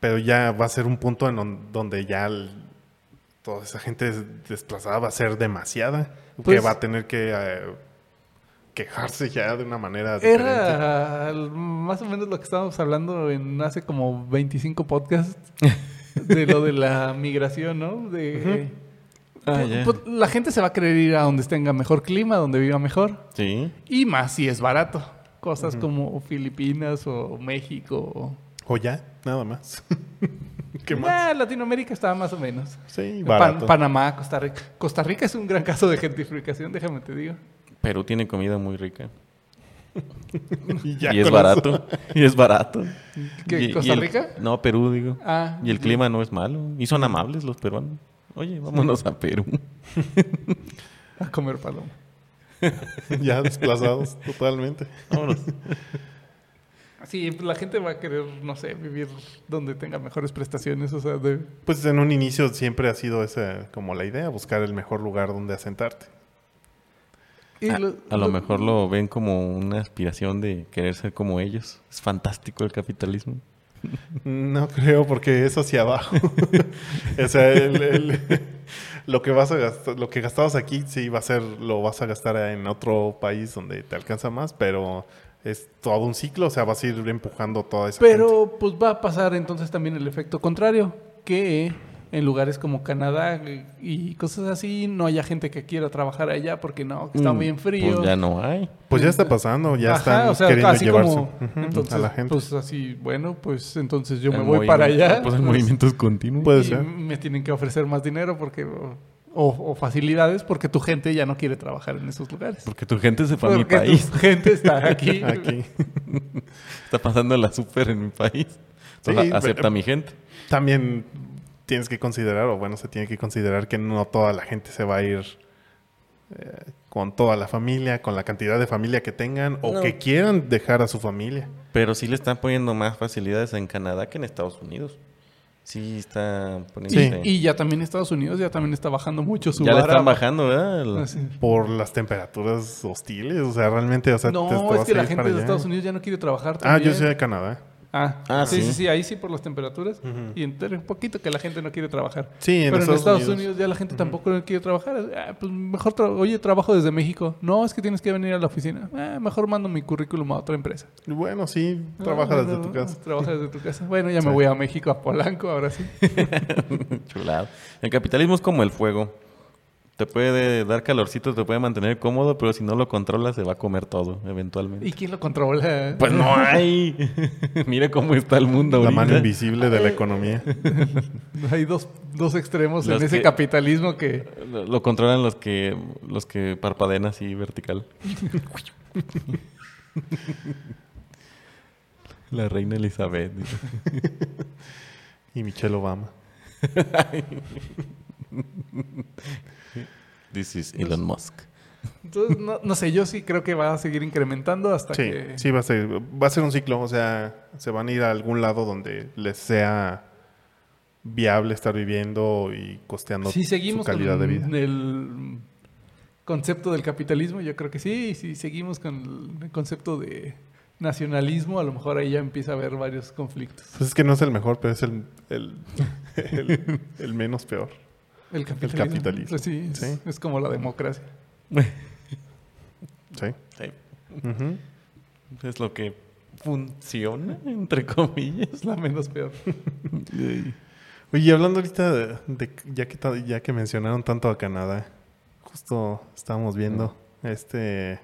pero ya va a ser un punto en on- donde ya el- toda esa gente des- desplazada va a ser demasiada, que Pues- va a tener que eh, quejarse ya de una manera diferente. Era al- más o menos lo que estábamos hablando en hace como 25 podcasts de lo de la migración, ¿no? De, Ah, Pues- ya. pues la gente se va a querer ir a donde tenga mejor clima, donde viva mejor Sí. y más si es barato. Cosas como Filipinas o México. o- O ya, nada más. ¿Qué más? Ah, Latinoamérica está más o menos. Sí, Pan- barato. Panamá, Costa Rica. Costa Rica es un gran caso de gentrificación, déjame te digo. Perú tiene comida muy rica. Y, ya y es con eso. barato. y es barato. ¿Qué, Y- y Costa el- Rica? no, Perú, digo. Ah, Y el clima no es malo. Y son amables los peruanos. Oye, vámonos a Perú. a comer paloma. Ya desplazados totalmente. Vámonos. Sí, pues, la gente va a querer, no sé, vivir donde tenga mejores prestaciones, o sea, de... Pues en un inicio siempre ha sido esa como la idea, buscar el mejor lugar donde asentarte. y A, lo- a lo mejor lo ven como una aspiración de querer ser como ellos. Es fantástico el capitalismo. No creo porque es hacia abajo. o sea, el- el- lo que vas a gastar, lo que gastabas aquí sí va a ser, lo vas a gastar en otro país donde te alcanza más, pero es todo un ciclo, o sea, vas a ir empujando toda esa gente. Pero pues va a pasar entonces también el efecto contrario, que en lugares como Canadá eh, y cosas así no haya gente que quiera trabajar allá porque no, que está Mm, bien frío. Pues ya no hay. Pues ya está pasando, ya Ajá, están o sea, queriendo así llevarse como, ujú, entonces, a la gente. Pues así, bueno, pues entonces yo me El voy para movimiento- allá. Pues el pues, movimiento es continuo. Puede y ser. me tienen que ofrecer más dinero porque o, o facilidades porque tu gente ya no quiere trabajar en esos lugares. Porque tu gente se fue a mi Porque tu país. gente está aquí. Aquí. Está pasando la super en mi país. Entonces, Sí, a- acepta pero- a mi gente. también tienes que considerar, o bueno, se tiene que considerar que no toda la gente se va a ir eh, con toda la familia, con la cantidad de familia que tengan o No. que quieran dejar a su familia. Pero sí le están poniendo más facilidades en Canadá que en Estados Unidos. Sí, está poniendo. Sí. Y ya también Estados Unidos ya también está bajando mucho su ya le vara. Ah, están bajando, ¿verdad? El- Así. Por las temperaturas hostiles, o sea, realmente, o sea, no, te- te es vas que a la ir gente para de allá. Estados Unidos ya no quiere trabajar Ah, también. yo soy de Canadá. Ah, Ah, sí, sí. sí, sí, ahí sí por las temperaturas. Y entre un poquito que la gente no quiere trabajar. Sí, en Pero Estados, en Estados Unidos. Unidos. ya la gente tampoco quiere trabajar. Ah, pues mejor, tra- oye, trabajo desde México. No, es que tienes que venir a la oficina. Ah, mejor mando mi currículum a otra empresa. Bueno, sí, trabaja Ah, desde bueno, tu casa. Trabaja desde tu casa. Bueno, ya Sí. me voy a México, a Polanco, ahora sí. Chulado. El capitalismo es como el fuego. Te puede dar calorcito, te puede mantener cómodo, pero si no lo controlas se va a comer todo, eventualmente. ¿Y quién lo controla? Pues no hay. Mira cómo está el mundo La mano ahorita. invisible Eh. de la economía. Hay dos, dos extremos Los en ese que- capitalismo que... Lo, lo controlan los que los que parpadean así vertical. La reina Elizabeth. dice. Y Michelle Obama. This is Elon Musk. Entonces, no, no sé, yo sí creo que va a seguir incrementando hasta Sí, que... sí, va a, ser, va a ser un ciclo. O sea, se van a ir a algún lado donde les sea viable estar viviendo y costeando si seguimos su calidad de con vida. el concepto del capitalismo, yo creo que sí. Y si seguimos con el concepto de nacionalismo, a lo mejor ahí ya empieza a haber varios conflictos. Pues es que no es el mejor, pero es el, el, el- el menos peor. El capitalismo. capitalismo. Pues sí, es, Sí. es como la democracia. Sí. Sí. Ujú. Es lo que funciona, entre comillas. Es la menos peor. Oye, y hablando ahorita de, de- ya, que, ta- ya que mencionaron tanto a Canadá, justo estábamos viendo este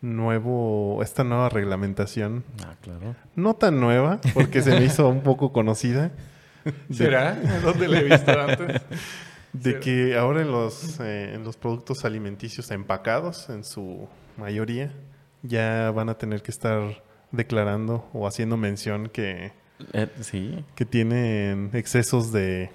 nuevo, esta nueva reglamentación, Ah, claro. no tan nueva, porque se me hizo un poco conocida, de- ¿Será? ¿Dónde la he visto antes? de Sí. que ahora en los, eh, en los productos alimenticios empacados, en su mayoría, ya van a tener que estar declarando o haciendo mención que, Eh, sí. que tienen excesos de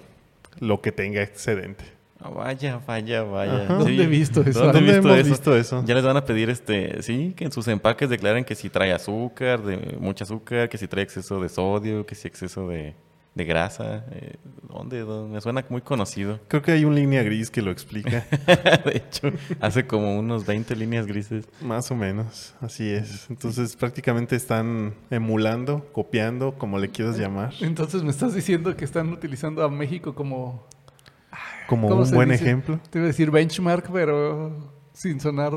lo que tenga excedente. Ah, Vaya, vaya, vaya. Ajá. Sí. ¿Dónde he visto ¿Dónde he eso? Ah, ¿Dónde visto hemos eso? visto eso? Ya les van a pedir, este, sí, que en sus empaques declaren que si trae azúcar, de mucha azúcar, que si trae exceso de sodio, que si exceso de, de grasa. Eh, ¿dónde, ¿Dónde? Me suena muy conocido. Creo que hay una línea gris que lo explica, de hecho, hace como unos 20 líneas grises. más o menos. Así es. Entonces, prácticamente están emulando, copiando, como le quieras llamar, Entonces me estás diciendo que están utilizando a México como, como ¿Cómo un se buen dice? ejemplo. te iba a decir benchmark, pero sin sonar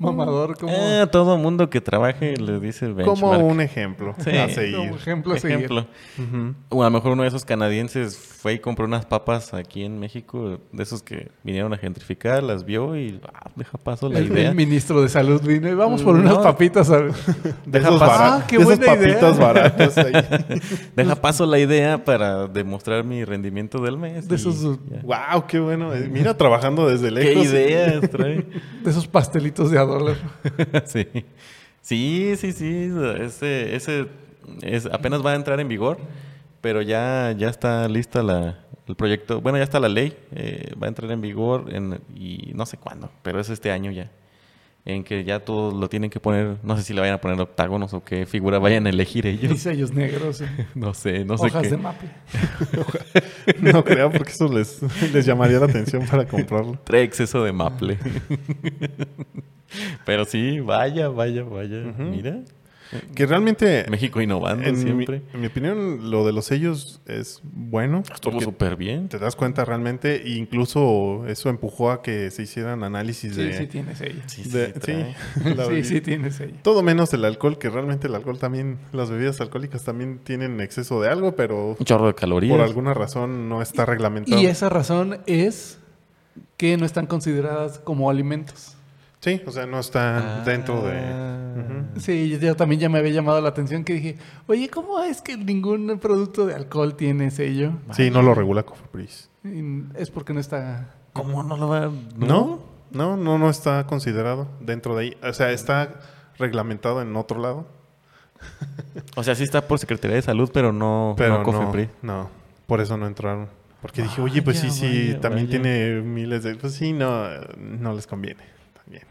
mamador como, Eh, a todo mundo que trabaje le dice el benchmark. Como un ejemplo Sí. a como seguir. ejemplo a seguir. Ejemplo. Ujú. O a lo mejor uno de esos canadienses fue y compró unas papas aquí en México, de esos que vinieron a gentrificar, las vio y ah, deja paso la El, idea. Mm, el ministro de salud vino y vamos por unas No. papitas. a- De Deja esos pasar. baratos, Ah, qué de esas buena idea. papitas baratas ahí. Deja Pues, paso la idea para demostrar mi rendimiento del mes. y De esos- ya. wow, qué bueno. Eh, Mira, trabajando desde ¿Qué lejos. ideas trae? De esos pastelitos de a dólar. sí. Sí, sí, sí. Ese, ese es, apenas va a entrar en vigor, pero ya, ya está lista la, el proyecto. Bueno, ya está la ley. eh, va a entrar en vigor en, y no sé cuándo, pero es este año ya. En que ya todos lo tienen que poner. No sé si le vayan a poner octágonos o qué figura vayan a elegir ellos. Diseños negros. No sé, no sé hojas qué. de maple. No creo, porque eso les, les llamaría la atención para comprarlo. Trae exceso de maple. Pero sí, vaya, vaya, vaya. Ujú. Mira. Que realmente, México innovando en mi, siempre. en mi opinión, lo de los sellos es bueno. Estuvo porque súper bien. te das cuenta realmente, e incluso eso empujó a que se hicieran análisis Sí, de... sí tienes ella. Sí, sí, de- trae. sí, la Sí, bebida. sí tienes ella. Todo menos el alcohol, que realmente el alcohol también, las bebidas alcohólicas también tienen exceso de algo, pero Un chorro de calorías. por alguna razón no está reglamentado. Y esa razón es que no están consideradas como alimentos. Sí, o sea, no está Ah. dentro de... Ujú. Sí, yo- yo también ya me había llamado la atención que dije, oye, ¿cómo es que ningún producto de alcohol tiene sello? Sí, no lo regula Cofepris. Y Es porque no está... ¿Cómo no lo va a- ¿No? No, no, no está considerado dentro de ahí. O sea, está reglamentado en otro lado, O sea, sí está por Secretaría de Salud, pero no, no pero no, Cofepris. no, por eso no entraron. Porque dije, oye, pues sí, Vaya, sí, vaya, también vaya. tiene miles de... Pues sí, no, no les conviene. También.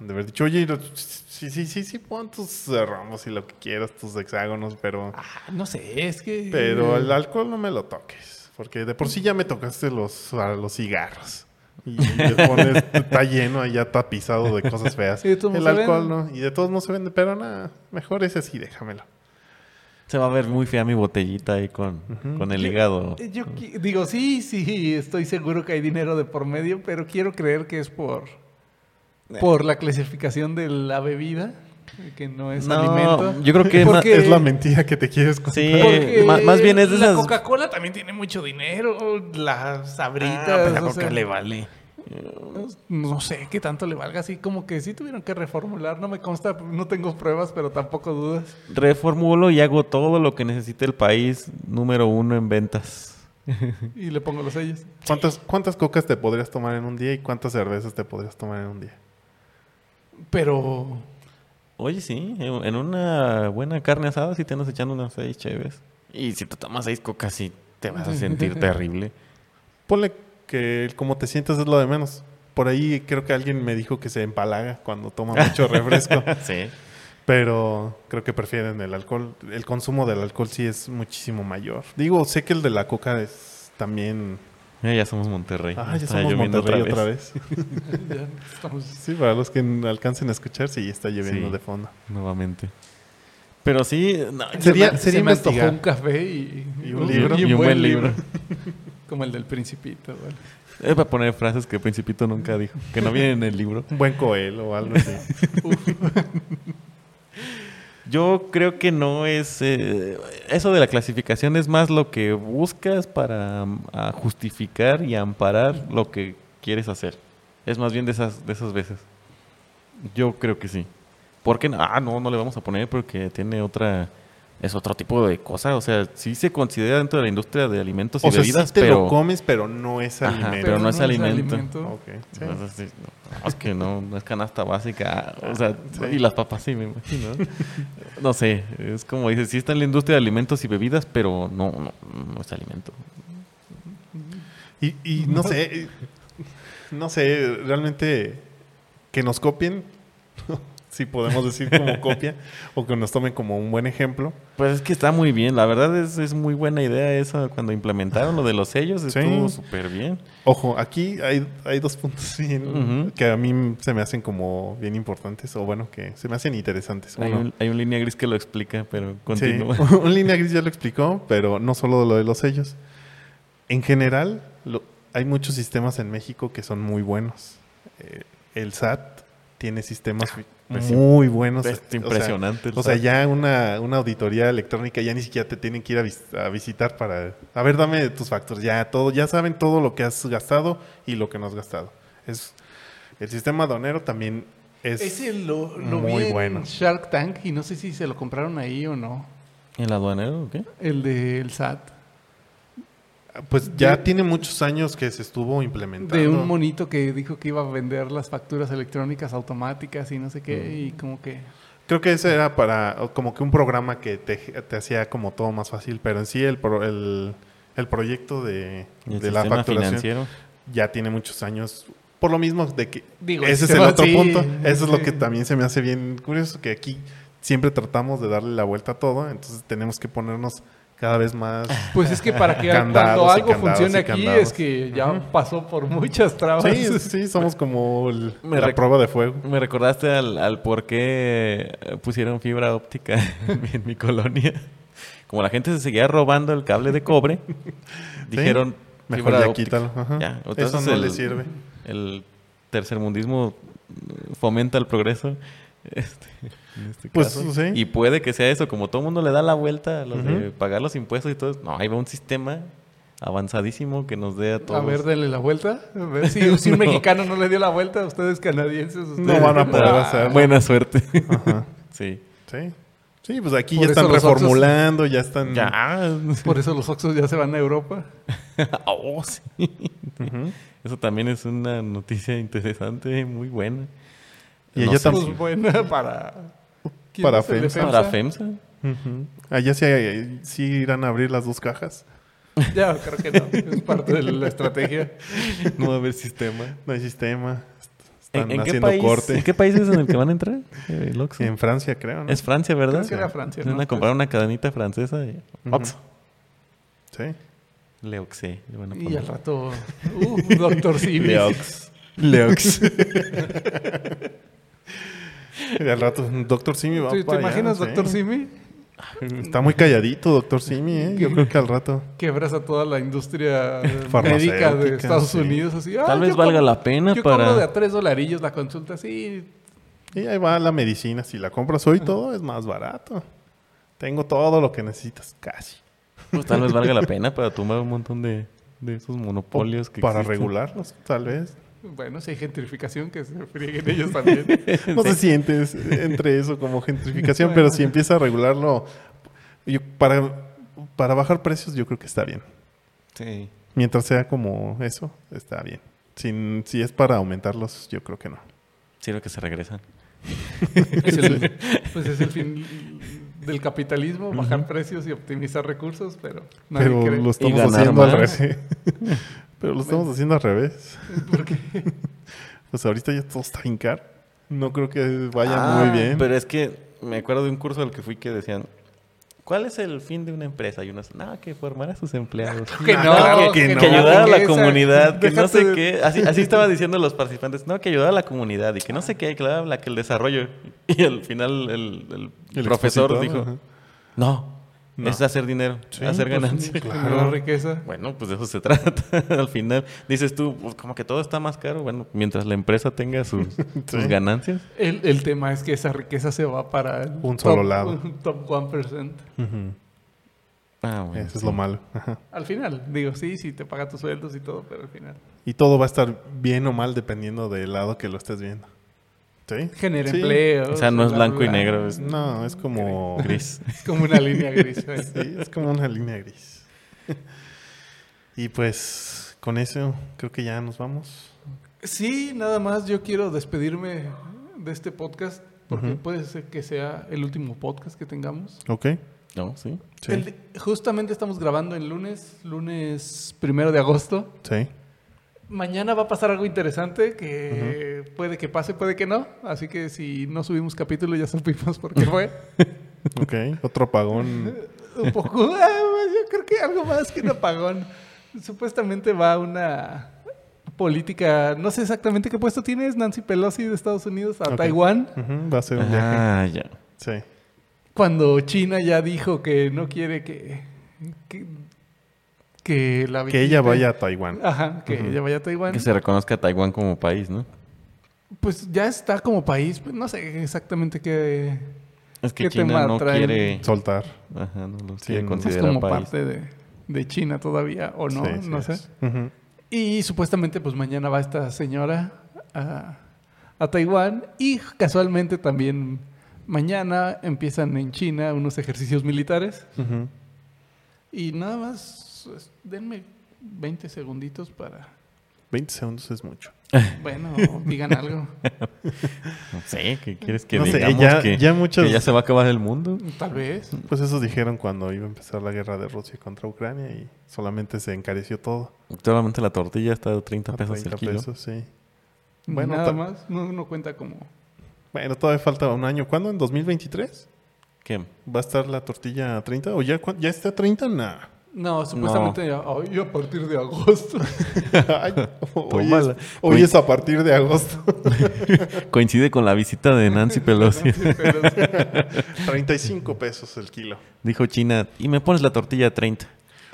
Han De haber dicho, oye, lo- sí, sí, sí, sí, pon tus eh, ramos y lo que quieras, tus hexágonos, pero... Ah, No sé, es que... Pero el alcohol no me lo toques. Porque de por sí ya me tocaste los, a los cigarros. Y le pones, está lleno, ahí ya está pisado de cosas feas. Sí, de todos el modos se alcohol vende. no. Y de todos no se vende, pero nada, mejor ese sí, déjamelo. Se va a ver muy fea mi botellita ahí con, con el Yo- hígado. Yo qui- digo, sí, sí, estoy seguro que hay dinero de por medio, pero quiero creer que es por, Eh. por la clasificación de la bebida, que no es alimento. yo creo que es ¿Por más- qué? Es la mentira que te quieres comprar. Sí, ma- más bien es de la esas- Coca-Cola también tiene mucho dinero, las Ah, sabritas. pues a o Coca sea, le vale. No sé qué tanto le valga, así como que sí tuvieron que reformular, no me consta, no tengo pruebas, pero tampoco dudas. Reformulo y hago todo lo que necesite el país número uno en ventas. Y le pongo los sellos. ¿Cuántas, ¿Cuántas cocas te podrías tomar en un día y cuántas cervezas te podrías tomar en un día? Pero Oye, sí, en en una buena carne asada sí te andas echando unas seis chéves. Y si te tomas seis cocas sí te vas a sentir terrible. Ponle que el cómo te sientes es lo de menos. por ahí creo que alguien me dijo que se empalaga cuando toma mucho refresco. Sí. Pero creo que prefieren el alcohol. El consumo del alcohol sí es muchísimo mayor. Digo, sé que el de la coca es también. Mira, ya somos Monterrey. Ah, ya Está somos lloviendo Monterrey otra vez. Ya estamos- Sí, para los que n- alcancen a escuchar, sí, está lloviendo Sí. de fondo. Nuevamente. Pero sí, no, Sí, Sería- se me, sería se me antojó investigar. un café y, Y un libro. Y un buen libro. Como el del Principito. ¿vale? es para poner frases que Principito nunca dijo, que no vienen en el libro. Un buen coel o algo así. Yo creo que no es... eh, eso de la clasificación es más lo que buscas para mm, a justificar y amparar lo que quieres hacer. Es más bien de esas, de esas veces. Yo creo que sí. Porque, ah, no, no le vamos a poner porque tiene otra... Es otro tipo de cosa. O sea, sí se considera dentro de la industria de alimentos Pues y o sea, sí bebidas, te pero... lo comes, pero no es Ajá, alimento. pero no es alimento. Ok, sí. Entonces, sí, no, no, es que no, no es canasta básica. O sea, y las papas sí, me imagino. No sé, es como dices, sí está en la industria de alimentos y bebidas, pero no, no, no es alimento. Y, y no sé, eh, no sé, realmente que nos copien, si podemos decir como copia, o que nos tomen como un buen ejemplo. Pues es que está muy bien, la verdad es, es muy buena idea esa. Cuando implementaron lo de los sellos, Sí. estuvo súper bien. Ojo, aquí hay, hay dos puntos bien- Ujú. que a mí se me hacen como bien importantes, o bueno, que se me hacen interesantes. Hay Uno, un, hay un línea gris que lo explica, pero Sí, continúa. un línea gris ya lo explicó, pero no solo lo de los sellos. En general, lo- hay muchos sistemas en México que son muy buenos. Eh, el SAT tiene sistemas pues sí. muy buenos. es O sea, impresionante. el O sea, SAT. ya una, una auditoría electrónica ya ni siquiera te tienen que ir a, vis- a visitar para... A ver, dame tus factores. Ya todo, ya saben todo lo que has gastado y lo que no has gastado. Es, el sistema aduanero también es... Ese lo, lo muy vi bueno. en Shark Tank y no sé si se lo compraron ahí o no. ¿El aduanero o qué? El del SAT. Pues ya de- tiene muchos años que se estuvo implementando. De un monito que dijo que iba a vender las facturas electrónicas automáticas y no sé qué. Mm. Y como que... Creo que ese era para o como que un programa que te, te hacía como todo más fácil, pero en sí el, pro- el, el proyecto de, ¿Y el de la sistema facturación financiero. ya tiene muchos años. Por lo mismo de que Digo, ese es se el va- otro sí, punto. Eso es lo sí. que también se me hace bien curioso, que aquí siempre tratamos de darle la vuelta a todo, entonces tenemos que ponernos cada vez más... Pues es que para que Candados cuando y algo candados y funcione aquí candados. es que ya pasó por muchas trabas. Sí, sí, somos como el- Me la rec- prueba de fuego. Me recordaste al, al por qué eh, pusieron fibra óptica en mi, en mi colonia. Como la gente se seguía robando el cable de cobre, dijeron Mejor fibra ya óptica. quítalo. ajá. Ya, entonces Eso no el- le sirve. El tercermundismo eh, fomenta el progreso. este, en este Pues caso. sí. Y puede que sea eso, como todo el mundo le da la vuelta a lo de Ujú. pagar los impuestos y todo. No, ahí va un sistema avanzadísimo que nos dé a todos. A ver, denle la vuelta. A ver si, si un mexicano no le dio la vuelta, ustedes canadienses. Ustedes Ah, No van a poder hacerlo. Ah, Buena suerte. Ajá. sí. Sí. Sí, pues aquí Por ya eso están los otros- reformulando, ya están. Ya. Por eso los Oxos ya se van a Europa. oh, sí. Ujú. Eso también es una noticia interesante, muy buena. Y ella sé tam- si- Pues buena para. ¿quién Para es el FEMSA. para FEMSA. Ujú. Allá sí, hay- sí irán a abrir las dos cajas. Ya, creo que no. Es parte de la estrategia. No va a haber sistema. No hay sistema. Están ¿En, en qué haciendo país, corte. ¿En qué país es en el que van a entrar? El Oxxo. En Francia, creo, ¿no? Es Francia, ¿verdad? Creo que era Francia, Van ¿no? a comprar una cadenita francesa. y- Ujú. Oxxo. Sí. Le Oxé. Le van a Y poner. al rato. Uh, doctor Simi. Leox. Leox. Y al rato, Doctor Simi va ¿Te, te para allá, imaginas, sí. doctor Simi? Está muy calladito, Doctor Simi, ¿eh? Yo creo que al rato. Quebras a toda la industria médica de Farmacéutica, Estados sí. Unidos. Así, ah, Tal vez yo valga cobro- la pena Yo para. cobro de a tres dolarillos la consulta. Sí, Y ahí va la medicina. Si la compras Ah. hoy, todo es más barato. Tengo todo lo que necesitas, casi. pues, tal vez valga la pena para tumbar un montón de, de esos O monopolios que para existen. regularlos, tal vez. Bueno, si hay gentrificación, que se frieguen ellos también. No se sientes entre eso como gentrificación, pero si empieza a regularlo yo- para, para bajar precios, yo creo que está bien. Sí. Mientras sea como eso, está bien. Sin, si es para aumentarlos, yo creo que no. Sirve que se regresan. Es el- pues es el fin del capitalismo, bajar precios y optimizar recursos, pero nadie pero cree. lo estamos ganar haciendo al más. revés. pero lo estamos haciendo al revés. ¿Por qué? Pues ahorita ya todo está bien caro. No creo que vayan Ah, muy bien. Pero es que me acuerdo de un curso al que fui que decían, ¿cuál es el fin de una empresa? Y unos, no, que formar a sus empleados. Que no, claro que, que no. que ayudar a la Esa- comunidad, que no déjate sé de- qué. Así, así estaba diciendo los participantes, no, que ayudar a la comunidad y que no sé qué, que, la, la- que el desarrollo. Y al final el, el El profesor expositor, dijo, ajá. no, No. es hacer dinero, Sí, hacer pues, ganancia. Generar riqueza. Bueno, pues de eso se trata. Al final dices tú, pues como que todo está más caro. Bueno, mientras la empresa tenga sus, sus ganancias. El, el tema es que esa riqueza se va para el Un solo lado. un top 1%. Ujú. Ah, bueno, Eso es sí. lo malo. Ajá. Al final, digo, sí, sí, te paga tus sueldos y todo, pero al final. Y todo va a estar bien o mal dependiendo del lado que lo estés viendo. ¿Sí? Genera Sí. Pues, empleo. O sea, no es blanco y negro, es- No, es como Gris. Es como una línea gris. ahí. Sí, es como una línea gris. Y pues con eso creo que ya nos vamos. Sí, nada más yo quiero despedirme de este podcast porque Ujú. puede ser que sea el último podcast que tengamos. ¿Ok? No, sí. Sí. El de- justamente estamos grabando el lunes, lunes primero de agosto. Sí. Mañana va a pasar algo interesante que puede que pase, puede que no. Así que si no subimos capítulo ya supimos por qué fue. Ok. Otro apagón. Un poco, ah, yo creo que algo más que un apagón. Supuestamente va una política, no sé exactamente qué puesto tienes, Nancy Pelosi de Estados Unidos a Ok. Taiwán. Ujú, Va a ser un viaje. Ah, ya. Sí. Cuando China ya dijo que no quiere que. que, que la Que ella visiten. vaya a Taiwán. Ajá, que Ujú. ella vaya a Taiwán. Que se reconozca a Taiwán como país, ¿no? Pues ya está como país, pues, no sé exactamente qué. Es que ¿Qué China tema no traen? quiere. Soltar. Ajá, no los Sí, quiere no. Es considerar como país. parte de, de China todavía, o Pues no, Sí, sí no sé. es. Ujú. Y supuestamente, pues mañana va esta señora a, a Taiwán. Y casualmente también mañana empiezan en China unos ejercicios militares. Ujú. Y nada más, es- denme 20 segunditos para. 20 segundos es mucho. Bueno, digan algo. No sé, ¿qué quieres que No sé, digamos? ya- que, ya muchos- que ya se va a acabar el mundo. Tal vez. Pues eso dijeron cuando iba a empezar la guerra de Rusia contra Ucrania y solamente se encareció todo. Solamente la tortilla está de 30 A pesos 30 el kilo. pesos, sí. Bueno, Bueno, nada ta- más, no, no cuenta como. Bueno, todavía falta un año. ¿Cuándo? ¿En 2023? ¿Qué? ¿Va a estar la tortilla a 30? ¿O ya, cua- ya está a 30? Nah. No, supuestamente hoy a partir de agosto. Ay, hoy, Tómala. es, hoy es a partir de agosto. Coincide con la visita de Nancy Pelosi. Pero 35 pesos el kilo. Dijo China, y me pones la tortilla a 30.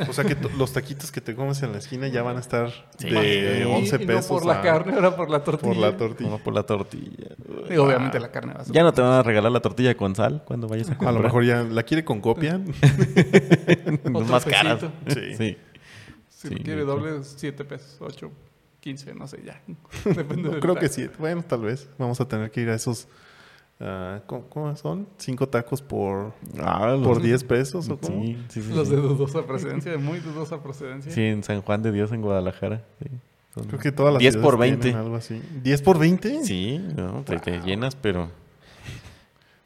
O sea que t- los taquitos que te comes en la esquina ya van a estar Sí. de y- 11 y pesos. No por la a- carne, ahora por la tortilla. Por la ah, Como tortilla. por la tortilla. Y obviamente la carne va a subir. Ya no te van a regalar la tortilla con sal cuando vayas a A comprar. lo mejor ya la quiere con copia. No, Otro más pesito. caras. Sí. Sí. Si Sí, quiere neta. doble, 7 pesos, 8, 15, no sé, ya. Depende No, del creo que taco. sí. Bueno, tal vez. Vamos a tener que ir a esos. ah, ¿cómo, cómo son? ¿Cinco tacos por, Ah, los- por 10 pesos o cómo? Sí, sí, sí, Los sí. de dudosa procedencia, de muy dudosa procedencia. Sí, en San Juan de Dios, en Guadalajara. Sí. Son- Creo que todas las 10 por ciudades 20. tienen algo así. ¿10 por 20? Sí, no, te, te llenas, pero.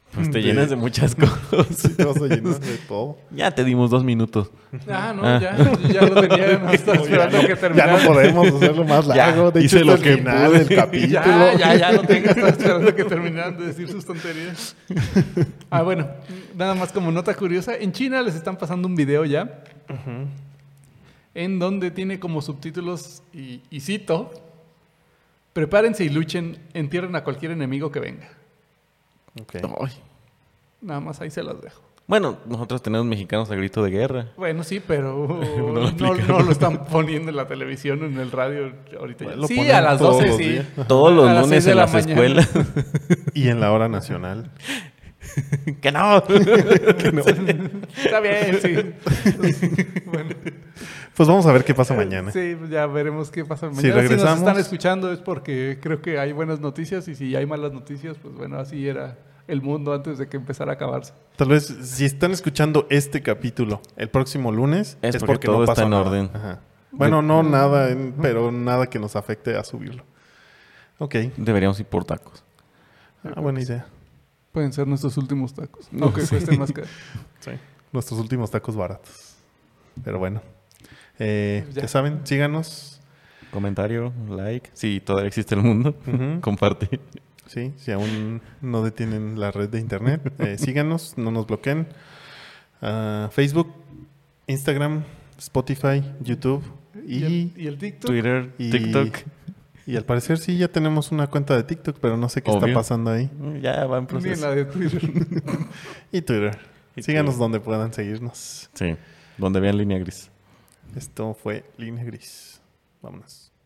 Pues Mm, te de- llenas de muchas Sí, cosas. te vas a llenar de todo. ya te dimos dos minutos. Ah, no, Ah. ya, ya lo tenía, no estaba esperando que Ya terminara. no podemos hacerlo más largo. de hecho, hice es lo el que final pude. del capítulo. Ya, ya, ya lo tengo, estaba esperando que terminaran de decir sus tonterías. Ah, bueno, nada más como nota curiosa, en China les están pasando un video ya, en donde tiene como subtítulos, y, y cito, prepárense y luchen, entierren a cualquier enemigo que venga. Ok. Ay. Nada más ahí se las dejo. Bueno, nosotros tenemos mexicanos a grito de guerra. Bueno, sí, pero lo no, aplicamos. no lo están poniendo en la televisión o en el radio ahorita. Bueno, ya. lo sí, ponen a las todos 12 los sí. días. Todos A los las seis lunes de en la las mañana. escuelas. Y en la hora nacional. que no. Está bien, sí. bueno, Pues vamos a ver qué pasa mañana. sí, pues ya veremos qué pasa mañana. Si regresamos- nos están escuchando es porque creo que hay buenas noticias y si hay malas noticias, pues bueno, así era el mundo antes de que empezara a acabarse. Tal vez si están escuchando este capítulo el próximo lunes, Es es, porque porque, todo no está pasa en nada. orden. Ajá. Bueno, no nada, en- pero nada que nos afecte a subirlo. Ok. Deberíamos ir por tacos. Ah, buena idea. Pueden ser nuestros últimos tacos. No, que cuesten más caro. Nuestros últimos tacos baratos. Pero bueno. Eh, Ya. ya saben, síganos. Comentario, like, si todavía existe el mundo, Ujú. comparte. Sí, si aún no detienen la red de internet, eh, síganos, no nos bloqueen. Ah, Facebook, Instagram, Spotify, YouTube ¿Y, y, el, y el TikTok? Twitter, Y- TikTok. y al parecer sí ya tenemos una cuenta de TikTok, pero no sé qué Obvio. está pasando ahí. Ya va en Ni en proceso. la de Twitter. Y Twitter. Y síganos donde puedan seguirnos. Sí, donde vean línea gris. Esto fue Línea Gris. Vámonos.